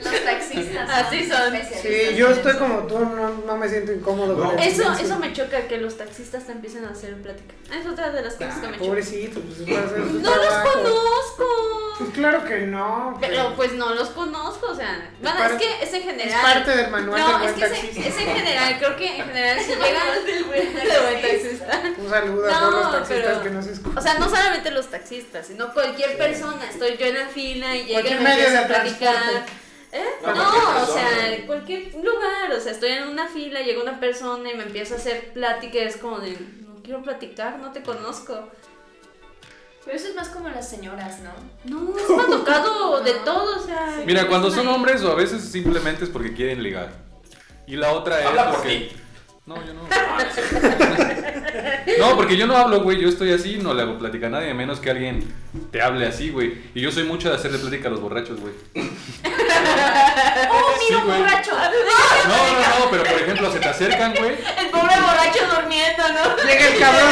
Speaker 1: Los taxistas.
Speaker 9: Así son.
Speaker 6: Sí, Eh, yo estoy como tú, no, no me siento incómodo
Speaker 7: No.
Speaker 6: con el
Speaker 9: Eso,
Speaker 6: silencio.
Speaker 9: eso me choca que los taxistas te empiecen a hacer plática. Es otra de las cosas que
Speaker 6: Ah,
Speaker 9: me choca.
Speaker 6: Pobrecito, pues va a hacer su
Speaker 9: No los
Speaker 6: trabajo.
Speaker 9: conozco.
Speaker 6: Pues claro que no.
Speaker 9: Pero pues no los conozco, o sea. Bueno, es
Speaker 6: parte-
Speaker 9: que es en
Speaker 6: es
Speaker 9: general.
Speaker 6: parte del manual
Speaker 9: No,
Speaker 6: del
Speaker 9: es
Speaker 6: buen
Speaker 9: que es,
Speaker 6: taxista.
Speaker 9: en- es en general, creo que en
Speaker 3: [LAUGHS]
Speaker 9: general si llegan [LAUGHS]
Speaker 1: Del buen
Speaker 9: de buen
Speaker 1: taxista.
Speaker 9: taxista.
Speaker 6: Un saludo a todos los
Speaker 9: No,
Speaker 6: taxistas
Speaker 9: pero-
Speaker 6: que nos escuchan.
Speaker 9: O sea, no solamente los taxistas, sino cualquier persona. Estoy yo en la fila y llega y
Speaker 6: Cualquier
Speaker 9: me
Speaker 6: medio
Speaker 9: empieza
Speaker 6: de
Speaker 9: a platicar.
Speaker 6: transporte.
Speaker 9: ¿Eh?
Speaker 7: No,
Speaker 9: No,
Speaker 7: cualquier
Speaker 9: o
Speaker 7: persona.
Speaker 9: sea, cualquier lugar, o sea, estoy en una fila, llega una persona y me empieza a hacer plática, es como de, no quiero platicar, no te conozco.
Speaker 3: Pero eso es más como las señoras, ¿no? Ah.
Speaker 9: No, se me ha tocado de todo, o sea.
Speaker 8: Mira, cuando son
Speaker 9: una-
Speaker 8: hombres o a veces simplemente es porque quieren ligar. Y la otra es
Speaker 7: Habla por
Speaker 8: porque...
Speaker 7: ti.
Speaker 8: No, yo no. [LAUGHS]
Speaker 7: Ah, no sé.
Speaker 8: No, porque yo no hablo, güey. Yo estoy así, no le hago plática a nadie, a menos que alguien te hable así, güey. Y yo soy mucho de hacerle plática a los borrachos,
Speaker 9: [LAUGHS]
Speaker 8: güey.
Speaker 9: ¡Oh,
Speaker 8: Sí,
Speaker 9: mira un
Speaker 8: güey.
Speaker 9: borracho!
Speaker 8: No, no, no, pero por ejemplo, se te acercan, güey.
Speaker 9: El pobre borracho durmiendo,
Speaker 8: [LAUGHS]
Speaker 9: ¿no?
Speaker 2: Llega el cabrón.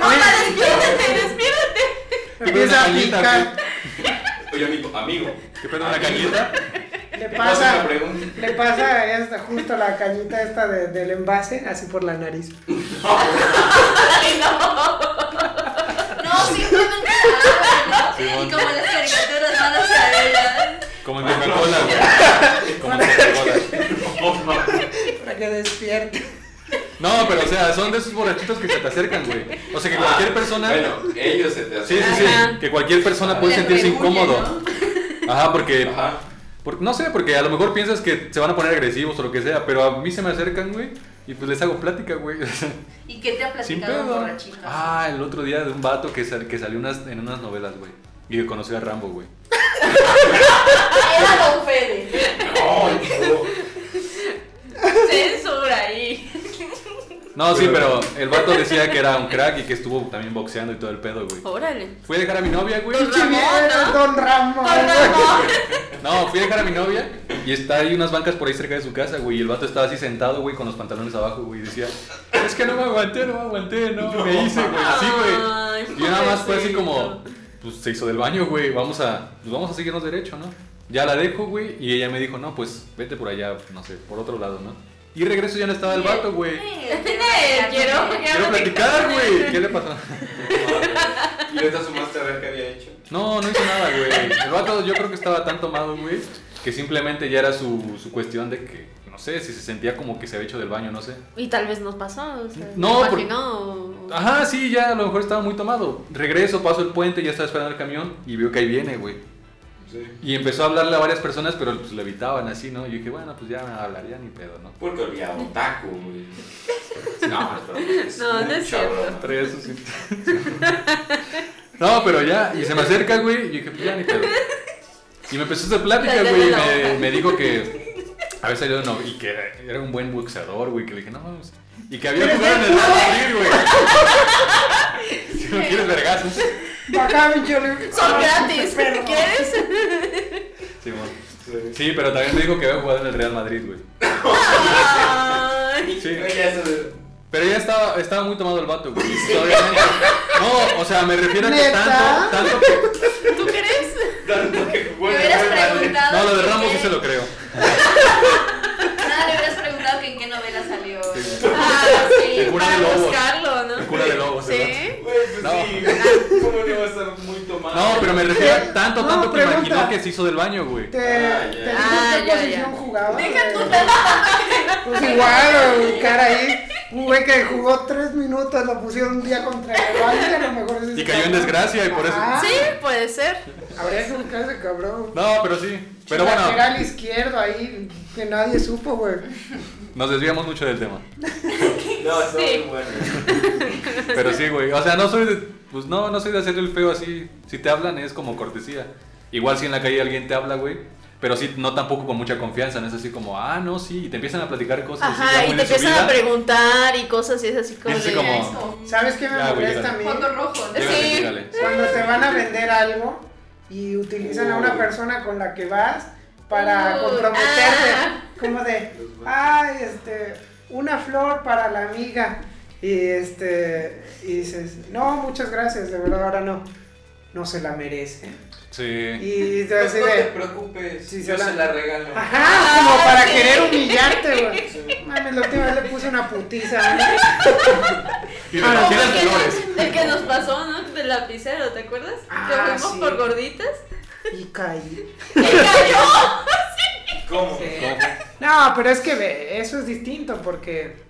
Speaker 9: No, despiértate, despiértate.
Speaker 8: Una
Speaker 2: Empieza a
Speaker 8: cañita,
Speaker 2: picar.
Speaker 7: Oye, amigo, amigo.
Speaker 8: ¿Qué pedo una cañita?
Speaker 2: Le
Speaker 7: Pasa
Speaker 2: pasa.
Speaker 7: una pregunta.
Speaker 2: Le pasa esta, justo la cañita esta de- del envase, así por la nariz.
Speaker 9: Ay, no.
Speaker 3: No, simplemente.
Speaker 8: [LAUGHS]
Speaker 3: ah, ¿no?
Speaker 8: Simón.
Speaker 3: Y como las caricaturas van hacia ella.
Speaker 8: Como en Coca-Cola,
Speaker 7: [LAUGHS]
Speaker 8: güey. Como en Coca-Cola.
Speaker 2: Para que despierte.
Speaker 8: No, pero o sea, son de esos borrachitos que se te acercan, güey. O sea, que cualquier persona.
Speaker 7: Ah, Bueno, ellos se te
Speaker 8: Sí,
Speaker 7: hacen.
Speaker 8: sí, sí.
Speaker 9: Ajá.
Speaker 8: Que cualquier persona puede
Speaker 3: Le
Speaker 8: sentirse
Speaker 3: rehuye,
Speaker 8: incómodo. Ajá, porque.
Speaker 7: Ajá.
Speaker 8: por- no sé, porque a lo mejor piensas que se van a poner agresivos o lo que sea, pero a mí se me acercan, güey, y pues les hago plática, güey. [LAUGHS]
Speaker 3: ¿Y qué te ha
Speaker 8: Sin
Speaker 3: platicado un
Speaker 8: pedo.
Speaker 3: borrachito?
Speaker 8: Ah, el otro día de un vato que, sal- que salió unas, en unas novelas, güey. Y que conoció a Rambo, güey.
Speaker 3: Era Don Fede.
Speaker 7: No, no.
Speaker 9: Censura ahí.
Speaker 8: No, sí, pero el vato decía que era un crack y que estuvo también boxeando y todo el pedo, güey.
Speaker 9: Órale.
Speaker 8: Fui a dejar a mi novia, güey.
Speaker 2: Pinche viejo, Don Ramón.
Speaker 8: No, fui a dejar a mi novia y está ahí unas bancas por ahí cerca de su casa, güey. Y el vato estaba así sentado, güey, con los pantalones abajo, güey. Y decía, es que no me aguanté, no me aguanté, no, me hice, güey. Así,
Speaker 9: Ay,
Speaker 8: güey. Y yo nada más fue así
Speaker 9: pobrecito.
Speaker 8: como, pues se hizo del baño, güey. Vamos a, pues, vamos a seguirnos derecho, ¿no? Ya la dejo, güey. Y ella me dijo, no, pues vete por allá, no sé, por otro lado, ¿no? Y regreso ya no estaba el vato, güey.
Speaker 9: Eh, [LAUGHS] Quiero,
Speaker 8: Quiero platicar, güey. ¿Qué le pasó?
Speaker 7: Y ahorita sumaste a ver qué había hecho.
Speaker 8: No, no hizo nada, güey. El vato yo creo que estaba tan tomado, güey, que simplemente ya era su, su cuestión de que, no sé, si se sentía como que se había hecho del baño, no sé.
Speaker 9: Y tal vez nos pasó, o sea,
Speaker 8: No,
Speaker 9: me
Speaker 8: por-
Speaker 9: imaginó.
Speaker 8: Ajá, sí, ya a lo mejor estaba muy tomado. Regreso, paso el puente, ya estaba esperando el camión y veo que ahí viene, güey.
Speaker 7: Sí.
Speaker 8: Y empezó a hablarle a varias personas, pero pues le evitaban así, ¿no? Y yo dije, bueno, pues ya me hablaría ni pedo, ¿no?
Speaker 7: Porque olía otaku, güey. No, pero es
Speaker 9: No, no es
Speaker 7: mucha
Speaker 9: cierto.
Speaker 7: broma.
Speaker 8: Traía eso sí. No, pero ya, y se me acerca, güey, y yo dije, pues ya ni pedo. Y me empezó esa plática,
Speaker 9: Dale,
Speaker 8: güey, y
Speaker 9: dale la
Speaker 8: me, me dijo que había salido no, y que era un buen boxeador, güey, que le dije, no, vamos. Y que había jugado en el Real Madrid, güey. Si no quieres vergazos.
Speaker 2: Bajaba y yo le-
Speaker 9: Son gratis,
Speaker 2: Perro.
Speaker 9: ¿quieres?
Speaker 8: Sí, mon. sí, pero también me dijo que había jugado en el Real Madrid, güey.
Speaker 9: Ay.
Speaker 8: Sí.
Speaker 7: Oye, eso de-
Speaker 8: Pero ya estaba, estaba muy tomado el vato, güey. y obviamente- No, o sea, me refiero a que
Speaker 2: ¿Neta?
Speaker 8: tanto, tanto que
Speaker 9: ¿Tú crees?
Speaker 7: Tanto que jugó
Speaker 3: Le
Speaker 7: en el
Speaker 3: hubieras
Speaker 7: Real Madrid.
Speaker 3: preguntado.
Speaker 8: No, lo de
Speaker 3: que
Speaker 8: Ramos
Speaker 3: qué-
Speaker 8: sí se lo creo.
Speaker 3: Nada, le hubieras preguntado que en qué novela salió.
Speaker 9: Ah, sí,
Speaker 8: El cura
Speaker 9: para
Speaker 8: de lobos.
Speaker 9: buscarlo,
Speaker 8: El
Speaker 9: ¿no?
Speaker 8: cura de lobos.
Speaker 9: Sí.
Speaker 7: Güey, pues
Speaker 8: No.
Speaker 7: sí, güey. ¿Cómo no va a estar muy tomado?
Speaker 8: No, pero me refiero a tanto,
Speaker 2: No,
Speaker 8: tanto que
Speaker 2: pregunta.
Speaker 8: imaginó que se hizo del baño, güey.
Speaker 2: ¿Te,
Speaker 7: Ah, ya.
Speaker 2: te dijo
Speaker 9: Ah,
Speaker 2: qué
Speaker 9: ya,
Speaker 2: posición
Speaker 9: ya.
Speaker 2: jugaba?
Speaker 3: Deja
Speaker 2: güey?
Speaker 3: tú la
Speaker 2: Pues igual, güey, cara ahí. Un güey que jugó tres minutos, lo pusieron un día contra el Bayern, a lo mejor es ese
Speaker 8: Y cayó en
Speaker 2: cabrón.
Speaker 8: desgracia y por eso.
Speaker 2: Ajá.
Speaker 9: Sí, puede ser.
Speaker 2: Habría que buscar ese cabrón.
Speaker 8: No, pero sí. Pero bueno,
Speaker 2: Lateral izquierdo ahí, que nadie supo, güey.
Speaker 8: nos desviamos mucho del tema.
Speaker 7: No, está
Speaker 9: Sí.
Speaker 7: muy bueno.
Speaker 8: Pero sí, güey. O sea, no soy de. Pues no, no soy de hacerle el feo así. Si te hablan es como cortesía. Igual si en la calle alguien te habla, güey. Pero sí, no tampoco con mucha confianza. No es así como, ah, no, sí. Y te empiezan a platicar cosas.
Speaker 9: Ajá,
Speaker 8: ya
Speaker 9: y
Speaker 8: muy
Speaker 9: te
Speaker 8: de su
Speaker 9: empiezan a
Speaker 8: vida.
Speaker 9: preguntar y cosas y es así como
Speaker 8: Y es así
Speaker 9: de-
Speaker 8: como-
Speaker 3: Es como
Speaker 2: ¿Sabes qué me
Speaker 8: Ya, güey,
Speaker 2: molesta a mí?
Speaker 3: fondo rojo. ¿no?
Speaker 8: Llégale,
Speaker 9: Sí.
Speaker 8: llégale.
Speaker 2: Cuando te van a vender algo y utilizan a una persona con la que vas para
Speaker 9: Uh,
Speaker 2: comprometerte.
Speaker 9: ah.
Speaker 2: Como de, ay, este, una flor para la amiga. Y este, y dices, no, muchas gracias, de verdad, ahora no. No se la merece.
Speaker 8: Sí. [LAUGHS]
Speaker 2: Y te
Speaker 7: No
Speaker 2: así
Speaker 7: te
Speaker 2: de,
Speaker 7: preocupes,
Speaker 2: Sí,
Speaker 7: yo
Speaker 2: se la-
Speaker 7: se la regalo.
Speaker 2: ajá, como para querer humillarte, güey. Mames, la última vez le puse una putiza. ¿no?
Speaker 8: Y
Speaker 2: Ah,
Speaker 8: las
Speaker 9: Como el
Speaker 8: flores.
Speaker 9: que- El que nos pasó, ¿no? Del lapicero, ¿te acuerdas? que
Speaker 2: Ah,
Speaker 9: fuimos
Speaker 2: sí.
Speaker 9: por gorditas.
Speaker 2: Y caí.
Speaker 9: ¡Y cayó!
Speaker 7: ¿Cómo?
Speaker 8: ¿Cómo fue?
Speaker 2: No, pero es que ve, eso es distinto porque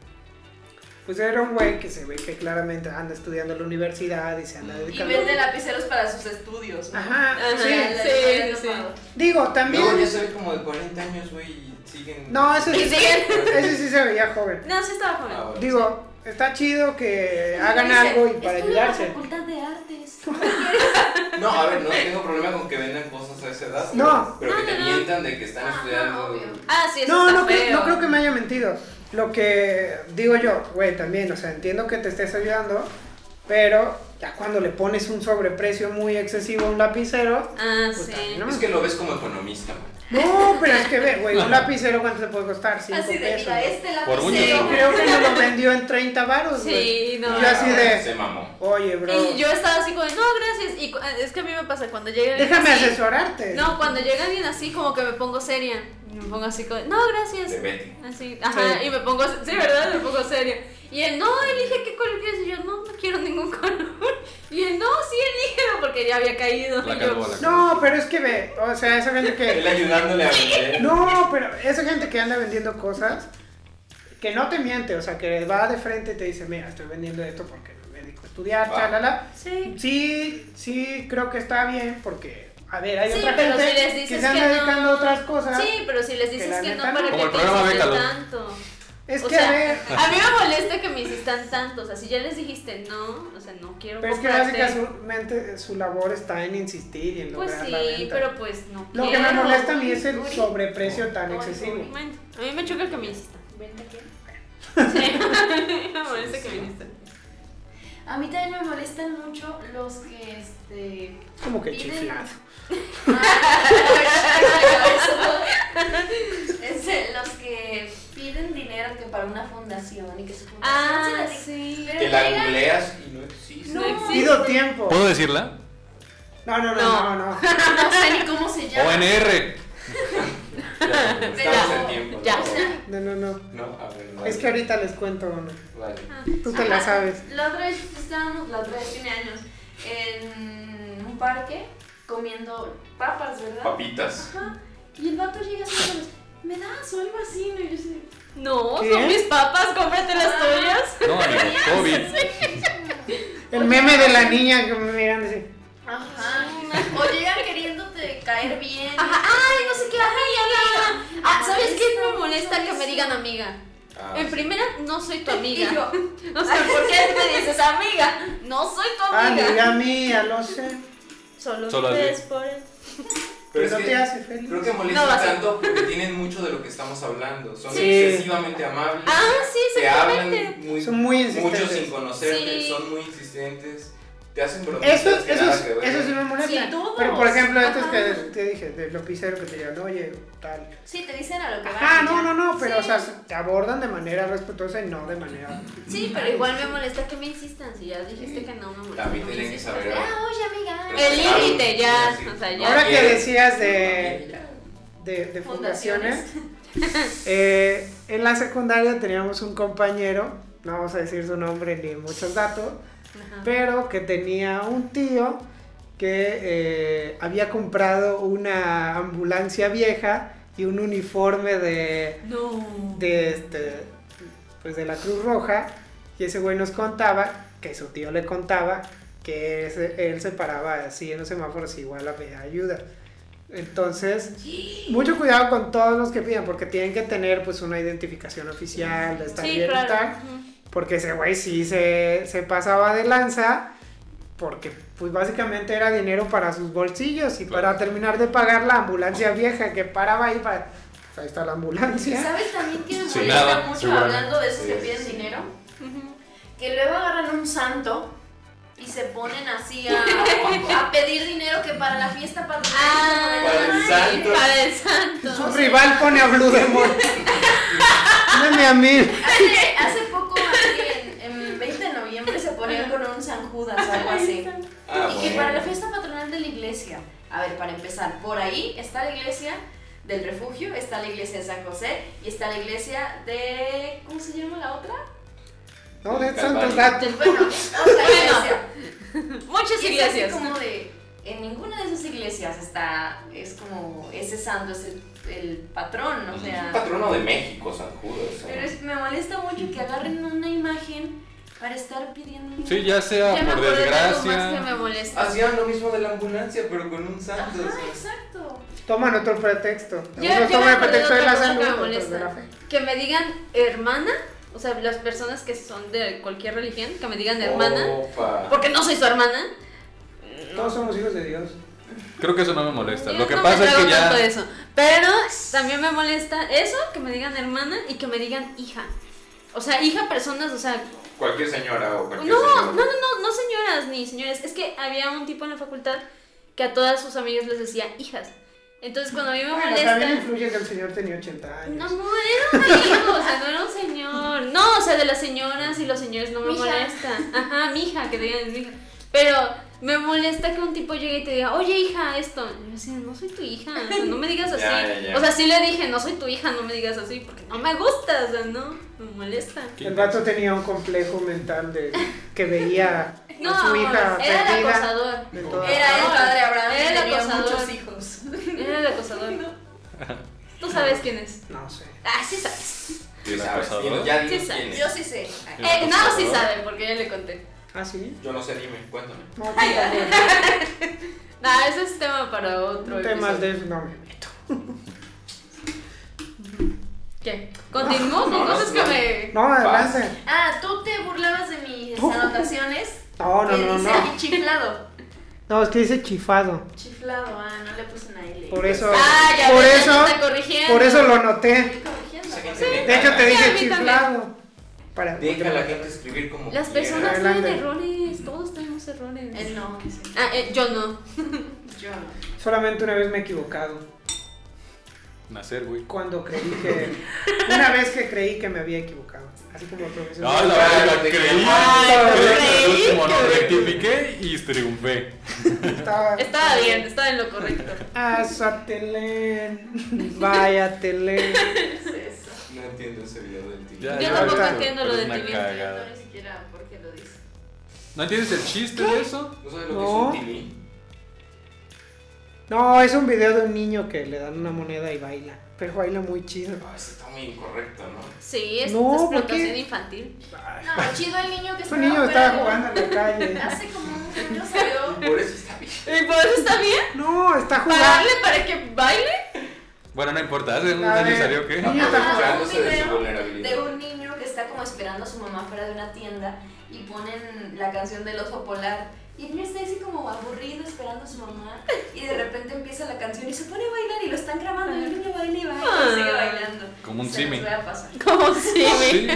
Speaker 2: pues era un güey que se ve que claramente anda estudiando en la universidad y se anda
Speaker 3: Y
Speaker 2: dedicando.
Speaker 3: vende lapiceros para sus estudios. ¿no?
Speaker 2: Ajá,
Speaker 9: Ajá,
Speaker 2: sí.
Speaker 9: sí, sí.
Speaker 6: Digo, también.
Speaker 7: Luego ya se ve como de 40 años, güey, y siguen.
Speaker 6: No,
Speaker 7: [LAUGHS]
Speaker 6: ese sí,
Speaker 9: Y siguen.
Speaker 6: ese sí se veía joven.
Speaker 9: No, sí estaba joven.
Speaker 7: Ah, bueno.
Speaker 6: Digo, está chido que hagan algo y
Speaker 2: Estudio
Speaker 6: para
Speaker 2: en la
Speaker 6: ayudarse.
Speaker 2: Facultad de Artes.
Speaker 7: No, a ver, no tengo problema con que vendan cosas a esa edad.
Speaker 6: No.
Speaker 7: Pero, pero que
Speaker 9: No,
Speaker 7: te
Speaker 9: no, no.
Speaker 7: mientan de que están
Speaker 2: Ah,
Speaker 7: estudiando.
Speaker 2: no, obvio.
Speaker 9: Ah, sí, eso
Speaker 6: No,
Speaker 9: está
Speaker 6: no,
Speaker 9: feo.
Speaker 6: creo- no creo que me haya mentido. Lo que digo yo, güey, también, o sea, entiendo que te estés ayudando, pero ya cuando le pones un sobreprecio muy excesivo a un lapicero,
Speaker 9: Ah,
Speaker 6: pues
Speaker 9: sí.
Speaker 6: también, ¿no?
Speaker 7: Es que lo ves como economista, güey.
Speaker 6: No, pero es que ve, güey, un lapicero cuánto te puede costar, cinco
Speaker 2: Así de,
Speaker 6: pesos.
Speaker 2: mira, este lapicero.
Speaker 8: Por mucho
Speaker 6: Sí,
Speaker 8: tiempo.
Speaker 6: creo que me lo vendió en 30 varos, güey.
Speaker 9: Sí, no.
Speaker 6: Yo así de-
Speaker 7: Ah, Se mamó.
Speaker 6: Oye, bro.
Speaker 9: Y yo estaba así como, de, no, gracias. Y cu- es que a mí me pasa cuando llega alguien
Speaker 6: Déjame
Speaker 9: así-
Speaker 6: asesorarte.
Speaker 9: No, cuando llega alguien así, como que me pongo seria. Me pongo así como, no,
Speaker 7: De
Speaker 9: gracias.
Speaker 7: Betty.
Speaker 9: Así, ajá,
Speaker 6: Sí.
Speaker 9: y me pongo, sí, ¿verdad? Me pongo seria. Y él, no, elige qué color quieres. Y yo, no, no quiero ningún [LAUGHS] color. Y él, no, sí, elígelo, porque ya había caído.
Speaker 8: La
Speaker 9: Y
Speaker 8: cagó,
Speaker 9: yo,
Speaker 8: la cagó.
Speaker 6: No, pero es que ve, o sea, esa gente
Speaker 7: Él [LAUGHS]
Speaker 6: que.
Speaker 7: ayudándole a vender.
Speaker 6: No, pero esa gente que anda vendiendo cosas que no te miente, o sea, que va de frente y te dice, mira, estoy vendiendo esto porque me dedico a estudiar,
Speaker 7: Va.
Speaker 6: la, la.
Speaker 9: sí.
Speaker 6: Sí, sí, creo que está bien porque, a ver, hay
Speaker 9: Sí,
Speaker 6: otra
Speaker 9: pero
Speaker 6: gente
Speaker 9: si les
Speaker 6: que
Speaker 9: dices
Speaker 6: se anda
Speaker 9: que no-
Speaker 6: dedicando a otras cosas.
Speaker 9: Sí, pero si les dices
Speaker 6: la
Speaker 9: que, no,
Speaker 6: neta no.
Speaker 9: para que
Speaker 8: Como el
Speaker 9: te
Speaker 8: programa
Speaker 9: insistan
Speaker 8: Bécalo.
Speaker 9: tanto.
Speaker 6: Es
Speaker 9: O
Speaker 6: que,
Speaker 9: sea,
Speaker 6: a ver,
Speaker 9: a mí me molesta que me insistan tanto. O sea, si ya les dijiste no, o sea, no quiero
Speaker 6: pero es que
Speaker 9: comprarte,
Speaker 6: básicamente su labor está en insistir y en
Speaker 9: Pues
Speaker 6: lograr la
Speaker 9: sí,
Speaker 6: venta.
Speaker 9: pero pues no
Speaker 6: Lo que me
Speaker 9: quiero.
Speaker 6: molesta a mí es el
Speaker 2: Yuri.
Speaker 6: sobreprecio tan excesivo.
Speaker 9: Bueno, a mí me choca que me insistan.
Speaker 2: Vente aquí.
Speaker 9: Sí, [LAUGHS] me molesta que me insistan.
Speaker 2: A mí también me molestan mucho los que este. [LAUGHS]
Speaker 6: Como que
Speaker 2: Piden-
Speaker 6: chiflado.
Speaker 2: Es, eh, los que piden dinero que para una fundación y que su fundación se
Speaker 9: Ah,
Speaker 2: la dedique.
Speaker 9: sí.
Speaker 2: Pero
Speaker 7: Que la
Speaker 2: llegan-
Speaker 7: googleas y no existe.
Speaker 2: No,
Speaker 9: No existe.
Speaker 6: Pido tiempo.
Speaker 8: ¿Puedo decirla?
Speaker 6: No, no, no, no, no.
Speaker 2: no sé ni cómo se llama.
Speaker 8: ONR.
Speaker 7: Estamos en tiempo.
Speaker 9: Ya.
Speaker 7: ¿no?
Speaker 6: No, no, no.
Speaker 7: No, a ver, vale.
Speaker 6: Es que ahorita les cuento uno.
Speaker 7: Vale.
Speaker 6: Tú te la sabes.
Speaker 2: La otra vez estábamos, la otra vez tiene años, en un parque comiendo papas, ¿verdad?
Speaker 7: Papitas.
Speaker 2: Ajá. Y el vato llega así y me dice, ¿me das o algo así? ¿no? Y yo así,
Speaker 9: No,
Speaker 6: ¿Qué?
Speaker 9: son mis papas, cómprate las tuyas.
Speaker 8: No,
Speaker 9: [LAUGHS]
Speaker 8: amigo, COVID.
Speaker 6: El meme de la niña que me miran así.
Speaker 2: Ajá. O llegan queriéndote caer bien.
Speaker 9: Ajá, ay, no sé qué, ay, amiga. Ah, ¿sabes qué me molesta que me
Speaker 2: Eso.
Speaker 9: digan amiga?
Speaker 7: Ah,
Speaker 9: En primera, no soy tu amiga.
Speaker 2: [LAUGHS] Y yo,
Speaker 9: [LAUGHS] O sea, ¿por qué me dices amiga? No soy tu
Speaker 6: Ah,
Speaker 9: amiga.
Speaker 6: Amiga mía, lo sé.
Speaker 9: Solo,
Speaker 8: Solo
Speaker 9: ves
Speaker 8: así.
Speaker 9: por él.
Speaker 7: Pero
Speaker 6: Pero
Speaker 7: es
Speaker 6: no
Speaker 7: que-
Speaker 6: te hace feliz.
Speaker 7: Creo que
Speaker 9: No,
Speaker 7: molestan
Speaker 9: así.
Speaker 7: tanto porque tienen mucho de lo que estamos hablando. Son
Speaker 6: Sí.
Speaker 7: excesivamente amables.
Speaker 9: Ah, sí,
Speaker 7: te
Speaker 9: exactamente.
Speaker 7: hablan muy,
Speaker 6: Son muy
Speaker 7: mucho sin
Speaker 6: insistentes.
Speaker 7: conocerte,
Speaker 9: Sí.
Speaker 7: son muy insistentes. Te hacen bromitas
Speaker 6: Eso,
Speaker 7: que
Speaker 6: eso,
Speaker 7: nada
Speaker 6: es-
Speaker 7: que ver.
Speaker 6: eso sí me molesta.
Speaker 9: Sí, todos.
Speaker 6: Pero por ejemplo, estos
Speaker 9: Ajá.
Speaker 6: que te dije, de los piseros que te llevan, oye, tal.
Speaker 2: Sí, te dicen a lo que van.
Speaker 6: Ajá,
Speaker 2: y ya.
Speaker 6: no, no, no, pero
Speaker 9: Sí.
Speaker 6: o sea, te abordan de manera respetuosa y no de manera.
Speaker 9: Sí, pero igual me molesta que me insistan. Si ya dijiste que no, me molesta.
Speaker 7: También
Speaker 9: que me
Speaker 7: tienen que
Speaker 9: insistan.
Speaker 7: saber.
Speaker 2: Ah, oye, amiga.
Speaker 6: pues,
Speaker 9: El límite, ya,
Speaker 7: Sí.
Speaker 9: o sea, ya.
Speaker 6: Ahora que
Speaker 7: quieres.
Speaker 6: decías
Speaker 7: No
Speaker 6: de,
Speaker 7: quieres.
Speaker 6: de, de
Speaker 2: Fundaciones.
Speaker 6: fundaciones, eh, en la secundaria teníamos un compañero, no vamos a decir su nombre ni muchos datos,
Speaker 9: [LAUGHS] Ajá.
Speaker 6: pero que tenía un tío que eh, había comprado una ambulancia vieja y un uniforme de,
Speaker 9: No.
Speaker 6: de, este, pues de la Cruz Roja y ese güey nos contaba, que su tío le contaba, que ese- él se paraba así en los semáforos igual a pedir ayuda. Entonces, mucho cuidado con todos los que pidan porque tienen que tener pues una identificación oficial, estar
Speaker 9: Sí,
Speaker 6: bien y tal.
Speaker 9: claro. Ujú.
Speaker 6: Porque ese güey sí se, se pasaba de lanza. Porque pues básicamente era dinero para sus bolsillos y para terminar de pagar la ambulancia vieja que paraba ahí para... pues, ahí está la
Speaker 2: ¿Y
Speaker 6: ambulancia.
Speaker 2: sabes también que me
Speaker 8: Sí,
Speaker 2: molesta
Speaker 8: nada,
Speaker 2: mucho
Speaker 8: seguramente.
Speaker 2: hablando de esos que
Speaker 7: Sí,
Speaker 2: piden
Speaker 7: sí.
Speaker 2: dinero?
Speaker 9: Ujú.
Speaker 2: Que luego agarran un santo y se ponen así
Speaker 9: [LAUGHS]
Speaker 2: a, a pedir dinero que para la fiesta para
Speaker 9: Ah,
Speaker 7: Para el
Speaker 9: ay,
Speaker 7: santo.
Speaker 9: Para el santo.
Speaker 6: Su rival pone a Blue
Speaker 7: [LAUGHS]
Speaker 6: Demon. Dame a mí.
Speaker 2: Hace, hace poco, aquí en, en 20 de noviembre, se ponían con un San Judas, algo así.
Speaker 7: Ah,
Speaker 2: Y que
Speaker 7: bueno.
Speaker 2: para la fiesta patronal de la iglesia, a ver, para empezar, por ahí está la iglesia del refugio, está la iglesia de San José y está la iglesia de... ¿Cómo se llama la otra?
Speaker 6: No, de santos
Speaker 2: Del-
Speaker 6: datos. [LAUGHS]
Speaker 2: Bueno, otra iglesia.
Speaker 9: Muchas
Speaker 2: Y es así
Speaker 9: iglesias.
Speaker 2: como de, en ninguna de esas iglesias está, es como, ese santo es el, el patrón, o
Speaker 7: Es
Speaker 2: sea...
Speaker 7: un patrono de México, San Judas. ¿eh?
Speaker 2: Pero es- me molesta mucho que agarren una imagen para estar pidiendo...
Speaker 8: Sí, ya
Speaker 9: Ya
Speaker 8: sea
Speaker 9: me
Speaker 8: por
Speaker 9: acordé de algo más que
Speaker 8: desgracia.
Speaker 7: Ah,
Speaker 9: me molesta.
Speaker 7: Hacían lo mismo de la ambulancia, pero con un santo. o
Speaker 2: Ajá,
Speaker 7: sea.
Speaker 2: exacto.
Speaker 6: Toman otro pretexto.
Speaker 9: Yo,
Speaker 6: Unos
Speaker 9: yo me
Speaker 6: toman el
Speaker 9: acuerdo de
Speaker 6: pretexto de
Speaker 9: otra
Speaker 6: la
Speaker 9: cosa
Speaker 6: salud,
Speaker 9: que me
Speaker 6: otros de la
Speaker 9: molesta.
Speaker 6: fe.
Speaker 9: Que me digan hermana, o sea, las personas que son de cualquier religión, que me
Speaker 7: Oh.
Speaker 9: digan hermana,
Speaker 7: Opa.
Speaker 9: porque no soy su hermana.
Speaker 6: Todos somos hijos de Dios.
Speaker 8: Creo que eso no me molesta.
Speaker 9: Yo
Speaker 8: Lo que
Speaker 9: no me
Speaker 8: pasa es
Speaker 9: trago
Speaker 8: que ya.
Speaker 9: tanto eso. Pero también me molesta eso, que me digan hermana y que me digan hija. O sea, hija personas, o sea,
Speaker 7: Cualquier señora o cualquier
Speaker 9: No, no,
Speaker 7: señor.
Speaker 9: no, no, no señoras ni señores. Es que había un tipo en la facultad que a todas sus amigas les decía hijas. Entonces cuando a mí me
Speaker 6: Bueno, también
Speaker 9: molesta...
Speaker 6: influye que el señor tenía 80
Speaker 9: No,
Speaker 6: años.
Speaker 9: no, era un hijo, o sea, no era un señor. No, o sea, de las señoras y los señores no me
Speaker 1: Mija.
Speaker 9: molesta. Ajá, mi hija, que te digan mi hija. Pero me molesta que un tipo llegue y te diga, oye hija, esto. Y yo así, no soy tu hija, o sea, no me digas así.
Speaker 7: [LAUGHS] Ya, ya, ya.
Speaker 9: O sea, sí le dije, no soy tu hija, no me digas así, porque no me gusta, o sea, no, me molesta.
Speaker 6: El vato tenía un complejo mental
Speaker 9: [LAUGHS]
Speaker 6: de que veía
Speaker 9: No,
Speaker 6: a su hija
Speaker 9: amor, era el
Speaker 6: perdida.
Speaker 9: acosador.
Speaker 6: de todas
Speaker 1: Era el
Speaker 9: No,
Speaker 1: padre Abraham
Speaker 9: era el
Speaker 1: y tenía
Speaker 9: acosador.
Speaker 1: muchos hijos.
Speaker 9: Era el acosador. Tú sabes quién es.
Speaker 6: No sé.
Speaker 9: Ah, sí sabes.
Speaker 7: Sí,
Speaker 8: ¿El
Speaker 7: sabes,
Speaker 8: acosador?
Speaker 7: dilo, ya
Speaker 9: Sí,
Speaker 7: dices
Speaker 9: sabes.
Speaker 7: quién es.
Speaker 1: Yo sí sé.
Speaker 8: ¿El
Speaker 9: Eh, no, sí
Speaker 8: acosador?
Speaker 9: sabe, porque yo le conté.
Speaker 6: ¿Ah, sí?
Speaker 7: Yo no sé, dime, cuéntame.
Speaker 6: No, tampoco.
Speaker 9: No, ese es tema para otro.
Speaker 6: temas
Speaker 9: episodio.
Speaker 6: de... No me meto.
Speaker 9: ¿Qué? Continúo
Speaker 7: No,
Speaker 9: con
Speaker 7: no,
Speaker 9: cosas
Speaker 7: no.
Speaker 9: que me.
Speaker 6: No, adelante.
Speaker 1: Ah, tú te burlabas de mis anotaciones.
Speaker 6: No, no,
Speaker 1: que
Speaker 6: no,
Speaker 1: dice
Speaker 6: no.
Speaker 1: aquí chiflado.
Speaker 6: No, es que dice chifado.
Speaker 1: Chiflado, ah, no le puse una L.
Speaker 6: Por eso...
Speaker 9: Ah, ya
Speaker 6: por
Speaker 9: ves, ya te
Speaker 6: eso...
Speaker 9: está corrigiendo.
Speaker 6: Por eso lo noté.
Speaker 1: Estoy corrigiendo.
Speaker 7: Sí.
Speaker 6: De hecho, te
Speaker 9: Sí, a
Speaker 6: dije
Speaker 9: mí
Speaker 6: chiflado. Para...
Speaker 7: Deja a la gente escribir como
Speaker 9: Las
Speaker 7: quiera.
Speaker 9: personas
Speaker 6: Adelante.
Speaker 9: tienen errores, todos tenemos errores.
Speaker 1: Él no, que sí.
Speaker 9: Ah, eh, yo no.
Speaker 1: Yo no.
Speaker 6: Solamente una vez me he equivocado.
Speaker 8: Nacer, güey.
Speaker 6: Cuando creí que... Una vez que creí que me había equivocado. Así como el profesor.
Speaker 8: Ay, Ah, la
Speaker 7: Ay,
Speaker 8: verdad,
Speaker 7: te
Speaker 8: creí. Creí
Speaker 7: creí.
Speaker 9: creí
Speaker 8: que el último
Speaker 9: [LAUGHS]
Speaker 8: no
Speaker 9: que-
Speaker 8: rectifiqué y triunfé.
Speaker 6: Estaba-
Speaker 9: Estaba bien, estaba en lo correcto.
Speaker 1: [LAUGHS]
Speaker 6: Azatelén, vaya Telén.
Speaker 1: Es eso.
Speaker 7: No entiendo ese video del tío.
Speaker 8: Ya,
Speaker 9: Yo
Speaker 8: ya,
Speaker 9: tampoco
Speaker 8: ahorita,
Speaker 9: entiendo
Speaker 8: pero es
Speaker 9: lo de
Speaker 8: una
Speaker 9: ti, bien.
Speaker 8: cagada.
Speaker 1: No ni siquiera por qué lo dice.
Speaker 8: ¿No entiendes el chiste de eso?
Speaker 7: ¿No sabes lo
Speaker 6: No.
Speaker 7: que es un tilín?
Speaker 6: No, es un video de un niño que le dan una moneda y baila. Pero baila muy chido.
Speaker 7: Ah, eso está muy incorrecto, ¿no?
Speaker 9: Sí, es
Speaker 6: No, ¿por
Speaker 9: explotación
Speaker 6: qué?
Speaker 9: infantil.
Speaker 1: No, chido el niño que
Speaker 6: Es un niño que estaba jugando en la
Speaker 9: [LAUGHS]
Speaker 6: calle.
Speaker 1: [LAUGHS] Hace como un año salió.
Speaker 7: Por eso está bien.
Speaker 9: ¿Y por eso está bien?
Speaker 6: No, está jugando.
Speaker 9: ¿Pararle para que baile?
Speaker 8: Bueno, no importa, hace unos
Speaker 6: A ver.
Speaker 8: años salió
Speaker 9: [LAUGHS]
Speaker 8: que.
Speaker 6: niño está
Speaker 7: Aprovechándose de su
Speaker 1: video de
Speaker 7: vulnerabilidad.
Speaker 1: un niño que está como esperando a su mamá fuera de una tienda y ponen la canción del oso polar. Y el niño está así como aburrido esperando a su mamá y de repente empieza la canción y se pone a bailar y lo están grabando y el niño baila y baila y sigue bailando.
Speaker 8: Como un
Speaker 1: Se nos
Speaker 8: simi.
Speaker 1: va a pasar.
Speaker 9: Ah. Como si
Speaker 8: Sí, güey.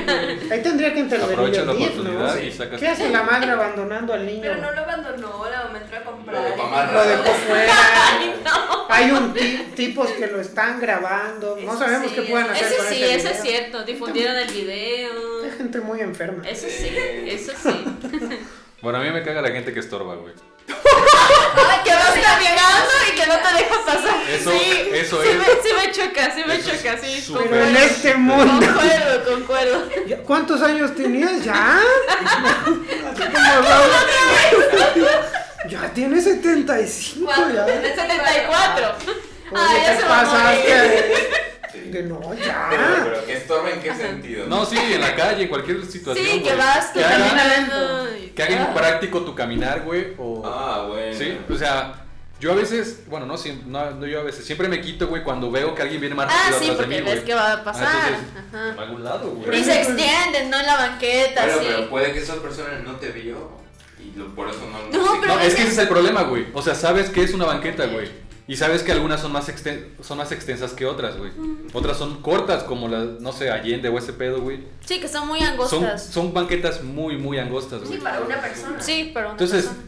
Speaker 6: Ahí tendría que intervenir
Speaker 8: Aprovecha
Speaker 6: el
Speaker 8: la
Speaker 6: DIF,
Speaker 8: oportunidad
Speaker 6: ¿no?
Speaker 8: y sacas.
Speaker 6: ¿Qué hace la madre abandonando al niño?
Speaker 1: Pero no lo abandonó, la mamá entró a comprar.
Speaker 7: Lo de mamá
Speaker 6: Lo dejó
Speaker 9: [LAUGHS]
Speaker 6: fuera.
Speaker 7: no.
Speaker 6: Hay un ti- tipos que lo están grabando. No
Speaker 1: Eso
Speaker 6: sabemos
Speaker 1: sí,
Speaker 6: qué pueden hacer
Speaker 9: Eso
Speaker 6: con
Speaker 9: sí,
Speaker 6: ese
Speaker 9: eso
Speaker 6: video.
Speaker 9: es cierto. Difundieron el video.
Speaker 6: Hay gente muy enferma.
Speaker 9: Eso sí, eso sí.
Speaker 8: Bueno, a mí me caga la gente que estorba, güey.
Speaker 9: que vas navegando y que no te deja pasar.
Speaker 8: Eso-
Speaker 9: sí,
Speaker 8: eso
Speaker 9: sí
Speaker 8: es-
Speaker 9: Me, sí me choca, sí me
Speaker 8: eso es
Speaker 9: choca, sí.
Speaker 8: súper-
Speaker 6: Pero en este
Speaker 9: [LAUGHS]
Speaker 6: mundo.
Speaker 9: Concuerdo, concuerdo.
Speaker 6: ¿Ya- ¿Cuántos años tenías ya?
Speaker 9: [LAUGHS]
Speaker 6: Así como hablaba. ya tiene 75 ya.
Speaker 9: En el 74. Ah,
Speaker 6: Oye,
Speaker 9: ya
Speaker 6: te
Speaker 9: se va a morir.
Speaker 6: pasaste
Speaker 7: Sí.
Speaker 6: de, de no,
Speaker 9: Ah.
Speaker 7: Pero,
Speaker 6: ya.
Speaker 7: pero que estorba en qué sentido.
Speaker 8: No, sí, en la calle, en cualquier situación.
Speaker 9: Sí, que
Speaker 8: güey.
Speaker 9: vas tú
Speaker 8: Que hagan-
Speaker 9: caminando. y-
Speaker 8: Que hagan
Speaker 9: Ah.
Speaker 8: práctico tu caminar, güey. O...
Speaker 7: Ah, bueno.
Speaker 8: Sí, o sea, yo a veces, bueno, no, siem- no, no yo a veces, siempre me quito, güey, cuando veo que alguien viene más rápido
Speaker 9: Ah, sí,
Speaker 8: atrás de
Speaker 9: porque
Speaker 8: mí,
Speaker 9: ves
Speaker 8: güey.
Speaker 9: que va a pasar.
Speaker 8: entonces,
Speaker 9: Ajá.
Speaker 8: Me hago un lado,
Speaker 9: Y
Speaker 8: güey.
Speaker 9: se extienden, ¿no? En la banqueta,
Speaker 7: Bueno,
Speaker 9: sí.
Speaker 7: pero puede que esa persona no te vio y lo- por eso no
Speaker 9: No,
Speaker 7: sí.
Speaker 9: pero-
Speaker 8: No, es que ese es el problema, güey. O sea, sabes que es una banqueta, güey. Y sabes que algunas son más, exten- son más extensas que otras, güey. Otras son cortas, como las, no sé, Allende o ese pedo, güey.
Speaker 9: Sí, que son muy
Speaker 8: Son,
Speaker 9: angostas.
Speaker 8: son banquetas muy, muy angostas,
Speaker 1: Sí,
Speaker 8: güey.
Speaker 1: para una persona.
Speaker 9: Sí, pero una
Speaker 8: Entonces,
Speaker 9: persona.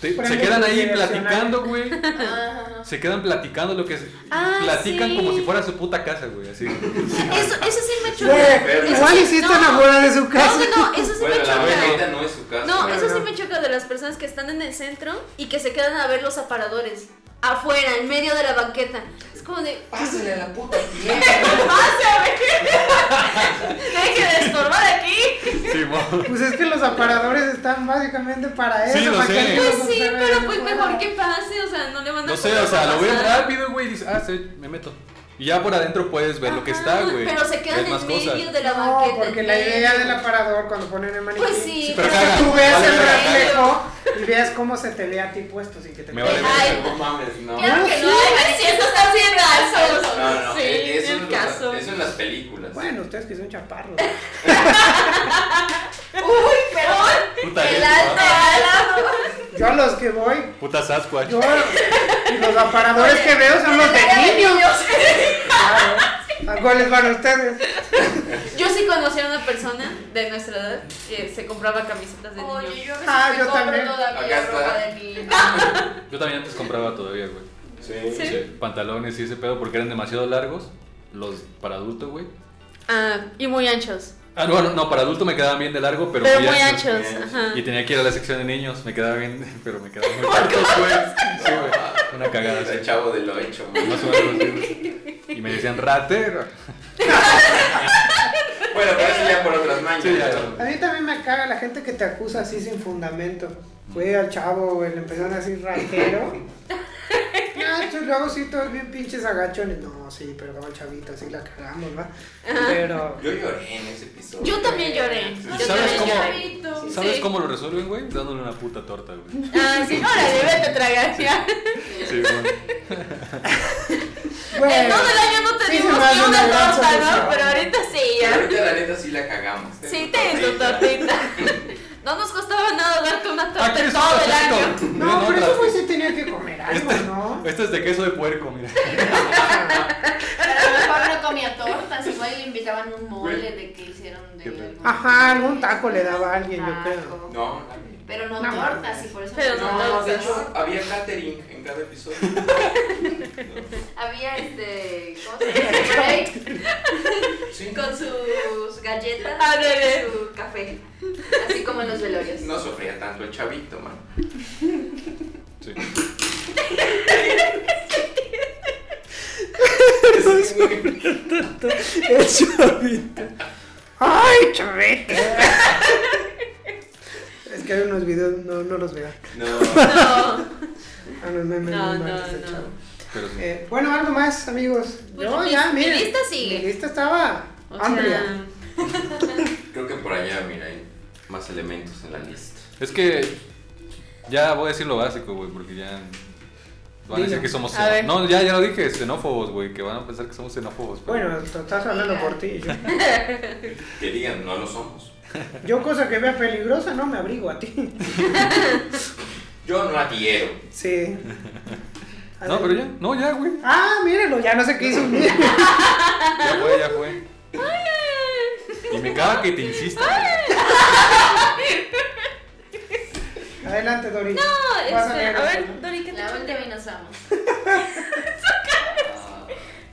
Speaker 8: te- se
Speaker 6: Prende
Speaker 8: quedan
Speaker 6: tu
Speaker 8: ahí
Speaker 6: direccional.
Speaker 8: platicando,
Speaker 9: [LAUGHS]
Speaker 8: güey.
Speaker 1: Ah,
Speaker 8: Se quedan platicando lo que es.
Speaker 9: Ah,
Speaker 8: platican
Speaker 9: sí.
Speaker 8: como si fuera su puta casa, güey.
Speaker 9: [LAUGHS]
Speaker 8: Así.
Speaker 9: Eso, eso sí me choca.
Speaker 6: Güey, Igual y sí
Speaker 9: No.
Speaker 6: están afuera de su
Speaker 9: No,
Speaker 6: casa.
Speaker 9: no, no, eso sí me
Speaker 7: Bueno, la banqueta
Speaker 9: choca.
Speaker 7: no es su casa.
Speaker 9: No, eso sí
Speaker 6: no.
Speaker 9: me choca de las personas que están en el centro y que se quedan a ver los aparadores. Afuera, en medio de la banqueta. Es como de.
Speaker 7: Pásale a la
Speaker 9: [LAUGHS]
Speaker 7: puta
Speaker 9: ¡Pásame! [LAUGHS] ¡Deje de estorbar aquí!
Speaker 8: Sí, mo-
Speaker 6: Pues es que los aparadores están básicamente para
Speaker 8: Sí,
Speaker 6: eso.
Speaker 8: lo
Speaker 6: para
Speaker 8: sé.
Speaker 6: que
Speaker 9: Pues
Speaker 6: los
Speaker 9: sí,
Speaker 6: observen
Speaker 9: pero
Speaker 6: de
Speaker 9: pues
Speaker 6: fuera.
Speaker 9: mejor que pase, o sea, no le van a
Speaker 8: No sé,
Speaker 9: poder
Speaker 8: o sea, lo ven
Speaker 9: pasar.
Speaker 8: rápido, güey, y dices, ah, sí, me meto. Y ya por adentro puedes ver lo que está,
Speaker 9: Ajá,
Speaker 8: güey.
Speaker 9: Pero se
Speaker 8: Ves
Speaker 9: quedan
Speaker 8: más
Speaker 9: en
Speaker 8: cosas.
Speaker 9: medio de la banqueta.
Speaker 6: No, porque la
Speaker 9: en
Speaker 6: idea
Speaker 9: medio.
Speaker 6: del aparador cuando ponen el maniquí
Speaker 9: Pues sí,
Speaker 8: pero
Speaker 6: es que
Speaker 8: caga.
Speaker 6: tú veas
Speaker 8: Vale,
Speaker 6: el
Speaker 8: verga.
Speaker 6: reflejo y veas cómo se te ve a ti puesto sin que te
Speaker 8: Me
Speaker 6: caiga.
Speaker 8: vale
Speaker 9: Ay,
Speaker 7: No mames, no.
Speaker 9: Claro que no,
Speaker 6: sí.
Speaker 9: me siento así
Speaker 7: e- películas.
Speaker 6: Bueno, ustedes que son chaparros.
Speaker 9: Uy, pero
Speaker 8: Puta,
Speaker 9: el
Speaker 8: gente,
Speaker 9: alto
Speaker 8: ¿no?
Speaker 9: álamo.
Speaker 6: Yo a los que voy,
Speaker 8: Puta Sasquatch.
Speaker 6: yo y los aparadores que veo son los de
Speaker 9: Era de
Speaker 6: niños.
Speaker 9: niños.
Speaker 6: Claro. ¿A cuáles van ustedes?
Speaker 13: Yo sí conocí a una persona de nuestra edad que se compraba camisetas de niños.
Speaker 9: Oye, yo a veces
Speaker 6: Ah,
Speaker 9: me
Speaker 6: yo
Speaker 9: compro
Speaker 6: también.
Speaker 7: Acá
Speaker 9: todavía
Speaker 7: está.
Speaker 9: ropa de niño.
Speaker 8: Yo también antes compraba todavía, güey.
Speaker 7: Sí.
Speaker 13: Sí.
Speaker 8: Sí, Pantalones y ese pedo porque eran demasiado largos. Los para adulto, güey.
Speaker 13: Ah, y muy anchos.
Speaker 8: Ah, no, no, no, para adulto me quedaban bien de largo, pero,
Speaker 13: Pero muy anchos.
Speaker 7: bien.
Speaker 13: Ajá.
Speaker 8: Y tenía que ir a la sección de niños, me quedaba bien, [LAUGHS] pero me quedaba muy cortos, güey. Sí, güey. Una cagada
Speaker 9: [LAUGHS]
Speaker 7: El
Speaker 8: así.
Speaker 7: chavo del ocho.
Speaker 8: Más o menos así. Y me decían ratero.
Speaker 7: Bueno, pero eso ya por otras manchas.
Speaker 8: Sí, ya.
Speaker 6: A mí también me caga la gente que te acusa así sin fundamento. Fue al chavo, güey, le empezaron a decir ratero. Ah, pues luego sí, todos bien pinches agachones. No, sí, perdón, chavito, así la cagamos, ¿va? Pero.
Speaker 7: Yo lloré en ese episodio.
Speaker 13: Yo también lloré.
Speaker 8: ¿Y
Speaker 13: Yo
Speaker 8: sabes
Speaker 13: también
Speaker 8: cómo-
Speaker 13: lloré.
Speaker 8: ¿Sabes
Speaker 13: Sí.
Speaker 8: cómo lo resuelven, güey? Dándole una puta torta, güey.
Speaker 13: Ah, sí, órale, vete a tragar ya.
Speaker 8: Sí, güey.
Speaker 13: En
Speaker 6: Bueno,
Speaker 13: todo el año no te
Speaker 6: sí,
Speaker 13: dimos
Speaker 6: se me hace
Speaker 13: ni una
Speaker 6: una gran
Speaker 13: torta,
Speaker 6: solución.
Speaker 13: ¿no? Pero ahorita sí,
Speaker 7: Pero
Speaker 13: ya.
Speaker 7: ahorita la neta sí la cagamos.
Speaker 13: Sí, te tu tortita. [LAUGHS] No nos costaba nada darte una torta
Speaker 8: Aquí es
Speaker 13: todo
Speaker 8: otro
Speaker 13: el
Speaker 8: chato.
Speaker 13: año.
Speaker 6: no,
Speaker 8: Miren
Speaker 6: pero
Speaker 8: otra.
Speaker 6: eso güey se tenía que comer algo,
Speaker 8: Este,
Speaker 6: ¿no?
Speaker 8: este es de queso de puerco, mira.
Speaker 9: A lo mejor no comía tortas, igual le invitaban un mole de que hicieron de
Speaker 8: Qué pedo.
Speaker 9: algún-
Speaker 6: Ajá, algún taco le daba a alguien, yo
Speaker 13: Ah,
Speaker 6: creo.
Speaker 9: Taco.
Speaker 7: No, nadie.
Speaker 9: Pero no,
Speaker 6: No
Speaker 9: tortas,
Speaker 6: mames.
Speaker 9: y por eso
Speaker 13: Pero
Speaker 7: No,
Speaker 13: no
Speaker 7: no, de
Speaker 13: tortas.
Speaker 7: hecho había catering en cada episodio.
Speaker 9: Había este. ¿Cómo se llama? Drake
Speaker 7: Sí.
Speaker 9: con sus galletas
Speaker 13: Ah,
Speaker 9: y
Speaker 13: bebé.
Speaker 9: su café. Así como en los velorios.
Speaker 7: No sufría tanto el chavito, man.
Speaker 8: Sí.
Speaker 6: El chavito. ¡Ay, chavete! es que hay unos videos, no, no los veo.
Speaker 7: No,
Speaker 13: No,
Speaker 6: Ah, no, memes
Speaker 13: No,
Speaker 6: muy
Speaker 13: no,
Speaker 6: malos del
Speaker 13: no.
Speaker 6: chavo.
Speaker 8: Pero sí.
Speaker 6: Eh, bueno, algo más, amigos.
Speaker 13: Pues
Speaker 6: no,
Speaker 13: mi-
Speaker 6: ya,
Speaker 13: mi
Speaker 6: miren.
Speaker 13: lista sigue.
Speaker 6: Mi lista estaba
Speaker 13: o
Speaker 6: amplia.
Speaker 13: sea,
Speaker 7: creo que por allá, mira, hay más elementos en la lista.
Speaker 8: Es que ya voy a decir lo básico, güey, porque ya van a decir
Speaker 6: Dilo.
Speaker 8: que somos
Speaker 13: A ver.
Speaker 8: No, ya, ya lo dije, xenófobos, güey, que van a pensar que somos xenófobos. pero-
Speaker 6: Bueno, tú estás hablando por ti. Yo,
Speaker 7: Que digan, no lo somos.
Speaker 6: yo cosa que vea peligrosa, no me abrigo a ti.
Speaker 7: Yo no adhiero.
Speaker 6: Sí. A
Speaker 8: No,
Speaker 6: ver.
Speaker 8: pero ya, no, ya, güey.
Speaker 6: Ah, mírenlo, ya no sé qué hizo.
Speaker 8: Ya fue, ya fue. Y me caga que te insistas. güey.
Speaker 6: Adelante, Dori.
Speaker 13: no,
Speaker 6: No,
Speaker 13: espera, a ver, Dori, ¿qué te
Speaker 9: La
Speaker 13: choca?
Speaker 9: última y nos
Speaker 13: [LAUGHS]
Speaker 9: vamos.
Speaker 7: Ah,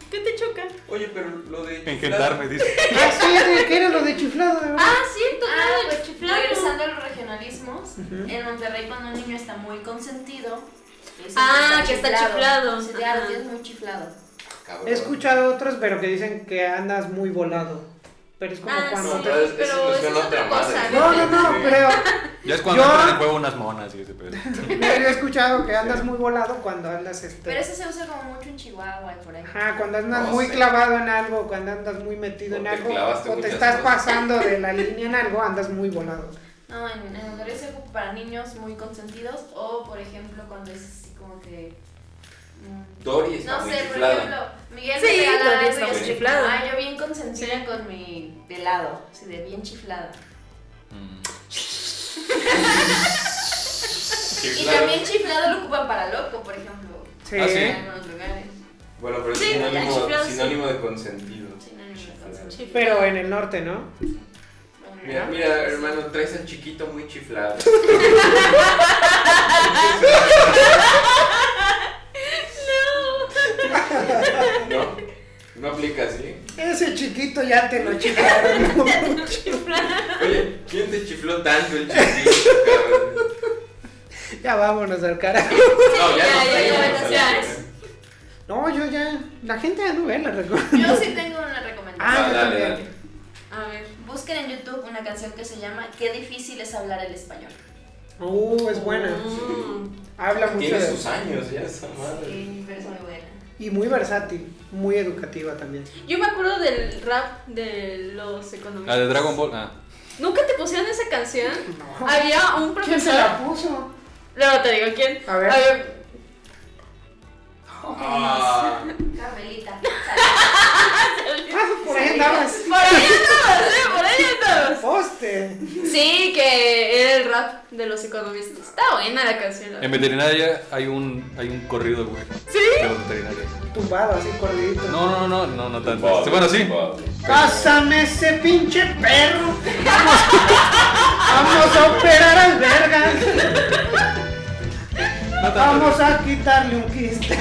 Speaker 13: ¿Qué te choca?
Speaker 7: Oye, pero lo de.
Speaker 8: Engendarme, dice.
Speaker 6: Ah, sí, sí, que era lo de chiflado, de verdad.
Speaker 13: Ah, cierto,
Speaker 9: Ah,
Speaker 13: claro,
Speaker 9: pues,
Speaker 13: el chiflado.
Speaker 9: regresando a los regionalismos, en Monterrey cuando un niño está muy consentido, le dicen
Speaker 13: Ah, que está chiflado.
Speaker 9: Se te ah, lo
Speaker 13: Ajá.
Speaker 9: tienes muy chiflado.
Speaker 7: Cabrón.
Speaker 6: He escuchado otros, pero que dicen que andas muy volado. Pero es como
Speaker 13: Ah,
Speaker 6: cuando.
Speaker 13: sí,
Speaker 7: pero es-
Speaker 13: pero
Speaker 7: es
Speaker 13: eso es
Speaker 7: otra
Speaker 13: otra
Speaker 7: madre.
Speaker 13: cosa.
Speaker 6: No, no, no, pero
Speaker 8: Ya es cuando
Speaker 6: Yo-
Speaker 8: entran en juego unas monas y ese pedo.
Speaker 6: he escuchado que andas muy volado cuando andas este.
Speaker 9: Pero eso se usa como mucho en Chihuahua y por ahí.
Speaker 6: Ajá, cuando andas
Speaker 7: No
Speaker 6: muy
Speaker 7: sé.
Speaker 6: clavado en algo, cuando andas muy metido
Speaker 7: O
Speaker 6: en
Speaker 7: te
Speaker 6: algo,
Speaker 7: clavaste
Speaker 6: o te
Speaker 7: muchas
Speaker 6: estás
Speaker 7: cosas.
Speaker 6: pasando de la línea en algo, andas muy volado.
Speaker 9: No, en, en Monterrey se ocupa para niños muy consentidos o, por ejemplo, cuando es así como que... mm,
Speaker 7: Dori está
Speaker 9: no
Speaker 7: muy
Speaker 9: sé, por
Speaker 7: chiflada.
Speaker 9: ejemplo, Miguel
Speaker 13: Sí,
Speaker 9: me regala
Speaker 13: Dori
Speaker 9: algo y
Speaker 13: está
Speaker 9: yo
Speaker 13: muy
Speaker 9: así,
Speaker 13: chiflada.
Speaker 9: Ay, yo bien consentida con mi helado, así de bien chiflada.
Speaker 8: Mm.
Speaker 9: Y
Speaker 7: Chiflada.
Speaker 9: también chiflado lo ocupan para loco, por ejemplo,
Speaker 6: Sí.
Speaker 8: Ah,
Speaker 9: en
Speaker 8: sí.
Speaker 9: algunos lugares.
Speaker 7: Bueno, pero es
Speaker 13: Sí,
Speaker 7: sinónimo,
Speaker 13: ya, chiflado, sí.
Speaker 7: sinónimo de consentido.
Speaker 9: Sinónimo de
Speaker 7: Chiflado.
Speaker 9: consentido.
Speaker 6: Pero eh, en el norte, ¿no?
Speaker 7: Mira, mira, hermano, traes al chiquito muy chiflado. [LAUGHS]
Speaker 9: [LAUGHS]
Speaker 7: no. ¿No? ¿No aplica así?
Speaker 6: Ese chiquito ya te lo [LAUGHS] chicaron.
Speaker 7: Oye, ¿quién te chifló tanto el chiquito, cabrón?
Speaker 6: ya vámonos al carajo.
Speaker 7: No,
Speaker 13: ya,
Speaker 7: nos
Speaker 13: ya,
Speaker 7: traemos
Speaker 13: ya,
Speaker 7: al
Speaker 13: ya.
Speaker 7: chiquito.
Speaker 6: No, yo ya. La gente ya no ve la
Speaker 7: [LAUGHS]
Speaker 6: recuerdo.
Speaker 9: Yo sí tengo una recomendación.
Speaker 6: Ah,
Speaker 7: Va,
Speaker 6: yo
Speaker 7: dale,
Speaker 6: también.
Speaker 7: dale.
Speaker 13: A ver.
Speaker 9: Busquen en YouTube una canción que se llama Qué difícil es hablar el español.
Speaker 6: Uh, es buena.
Speaker 13: Mm.
Speaker 6: Habla mucho.
Speaker 7: Tiene
Speaker 6: de-
Speaker 7: sus años ya esa madre.
Speaker 9: Sí, pero es muy buena.
Speaker 6: Y muy versátil, muy educativa también.
Speaker 13: Yo me acuerdo del rap de los economistas.
Speaker 8: La de Dragon Ball. Ah.
Speaker 13: ¿Nunca te pusieron esa canción?
Speaker 6: [LAUGHS] No.
Speaker 13: Había un
Speaker 6: ¿Quién se
Speaker 13: profesor.
Speaker 6: la puso?
Speaker 13: Luego te digo quién.
Speaker 6: A ver. [LAUGHS]
Speaker 7: Ah,
Speaker 9: Carmelita.
Speaker 6: Ah, por ahí andaba
Speaker 9: ¿eh? Sí, que era el rap de los economistas. Está buena la canción. la
Speaker 8: En
Speaker 9: verdad.
Speaker 8: veterinaria hay un, hay un corrido, güey.
Speaker 9: ¿Sí?
Speaker 8: De los veterinarios.
Speaker 6: Tumbado así, corridito.
Speaker 8: No, no, no, no, no tanto.
Speaker 7: Bob,
Speaker 8: Sí, bueno, sí.
Speaker 7: Bob.
Speaker 6: ¡Pásame ese pinche perro! ¡Vamos a operar al verga!
Speaker 8: No tanto.
Speaker 6: ¡Vamos a quitarle un quiste!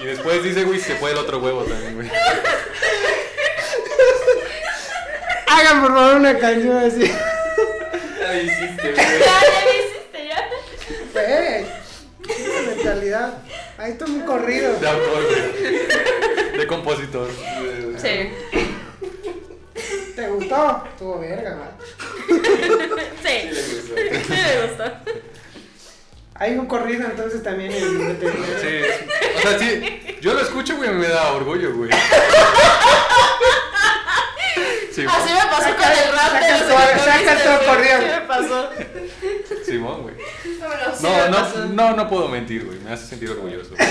Speaker 8: Y después dice, güey, se fue el otro huevo también, güey.
Speaker 6: Hagan por favor una canción así.
Speaker 7: Ya hiciste,
Speaker 9: Ya,
Speaker 7: güey.
Speaker 9: ya me hiciste, ya.
Speaker 6: ¡Ey! ¡Qué mentalidad! Ahí toma un corrido.
Speaker 8: De autor, güey. De compositor.
Speaker 9: Sí.
Speaker 6: ¿Te gustó? Estuvo verga, va.
Speaker 9: Sí. [LAUGHS] Sí, me gusta.
Speaker 6: Hay un corrido entonces también en veterinario.
Speaker 8: Sí. O sea, sí. Yo lo escucho, güey, me da orgullo, güey. Simón,
Speaker 9: Así me pasó
Speaker 6: Saca-
Speaker 9: con el rap de
Speaker 6: saca
Speaker 9: los
Speaker 6: tu- saca
Speaker 9: economistas,
Speaker 6: tu
Speaker 9: güey.
Speaker 6: acordeón.
Speaker 9: Sí me pasó.
Speaker 8: Simón, güey.
Speaker 3: Pero sí
Speaker 8: No,
Speaker 3: me pasó.
Speaker 8: no, no, no puedo mentir, güey. Me hace sentir orgulloso.
Speaker 6: Me-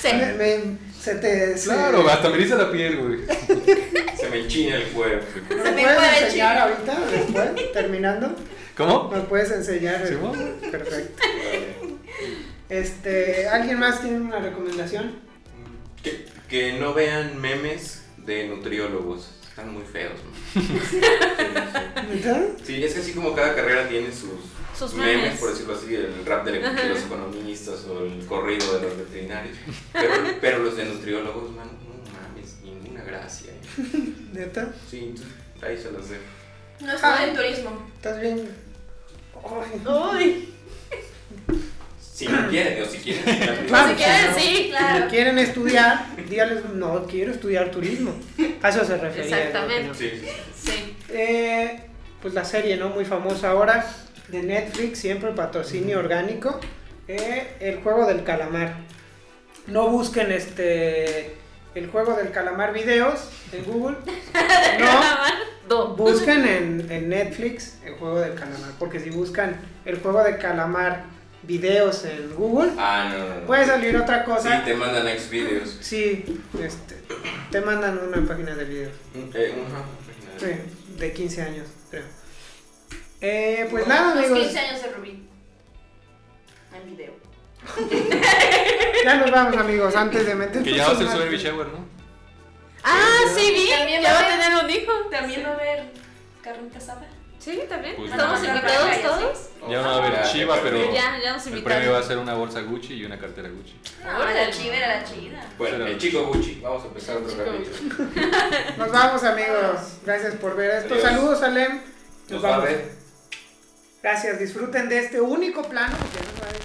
Speaker 9: Sí.
Speaker 6: me- se te. se-
Speaker 8: Claro, güey, hasta me eriza la piel, güey.
Speaker 7: Se me enchina el cuerpo.
Speaker 6: ¿Nos
Speaker 9: Se me
Speaker 6: puedes
Speaker 9: fue el
Speaker 6: enseñar ahorita? Después, terminando.
Speaker 8: ¿Cómo?
Speaker 6: ¿Nos puedes enseñar? el-
Speaker 8: Sí, bueno.
Speaker 6: Perfecto. Este, ¿Alguien más tiene una recomendación?
Speaker 7: Que, que no vean memes de nutriólogos. Están muy feos,
Speaker 8: [LAUGHS]
Speaker 7: man.
Speaker 6: ¿Neta?
Speaker 7: Sí, es que así como cada carrera tiene sus,
Speaker 9: Sus
Speaker 7: memes,
Speaker 9: memes.
Speaker 7: por decirlo así, el rap de, de los economistas o el corrido de los veterinarios. Pero, pero los de nutriólogos, man, no mames, ninguna gracia. ¿eh?
Speaker 6: ¿Neta?
Speaker 7: Sí, entonces, ahí se los dejo.
Speaker 3: No estuve en turismo.
Speaker 6: ¿Estás bien? Ay,
Speaker 9: Uy.
Speaker 7: Si no quieren, o si quieren.
Speaker 6: Claro.
Speaker 9: Si quieren, sí, claro.
Speaker 6: ¿Quieren estudiar? Dígales, no, quiero estudiar turismo. A eso se refería. yo
Speaker 9: Exactamente.
Speaker 7: Sí, sí, sí.
Speaker 9: Sí.
Speaker 6: creo. Eh, pues la serie, ¿no? Muy famosa ahora, de Netflix, siempre patrocinio orgánico. eh, el juego del calamar. No busquen este. El juego del calamar videos en Google. No.
Speaker 9: Do.
Speaker 6: Busquen en, en Netflix el juego del calamar, porque si buscan el juego de calamar videos en Google,
Speaker 7: Ah, no, no, no.
Speaker 6: puede salir otra
Speaker 7: Sí,
Speaker 6: cosa.
Speaker 7: te mandan ex videos.
Speaker 6: Sí, este, te mandan una página de videos.
Speaker 7: Eh,
Speaker 6: Sí, de 15 años, creo. Eh, pues nada,
Speaker 3: Los
Speaker 6: amigos,
Speaker 3: 15 años de Rubí. En video.
Speaker 6: ya nos vamos, amigos, antes de meter
Speaker 8: Que ya va a ser su baby shower, ¿no?
Speaker 9: Ah, sí, vi.
Speaker 3: También
Speaker 9: Ya
Speaker 3: va
Speaker 9: va
Speaker 3: a
Speaker 9: a tener un hijo.
Speaker 3: También va a haber carnita asada.
Speaker 9: Sí, también.
Speaker 8: Pues
Speaker 9: Estamos
Speaker 8: ya.
Speaker 9: invitados todos.
Speaker 8: Ya no va a
Speaker 7: Ah,
Speaker 8: haber chiva, pero
Speaker 9: Ya, ya nos
Speaker 8: el premio va a
Speaker 9: invitaron.
Speaker 8: ser una bolsa Gucci y una cartera Gucci.
Speaker 3: No, la chida era la chida.
Speaker 7: Bueno, el chico Gucci, vamos a empezar otro
Speaker 9: Chico
Speaker 7: capítulo.
Speaker 6: Nos vamos, amigos. Gracias por ver esto.
Speaker 7: Adiós.
Speaker 6: Saludos, Alem.
Speaker 7: Nos va a ver.
Speaker 6: Gracias, disfruten de este único plano. porque no va a haber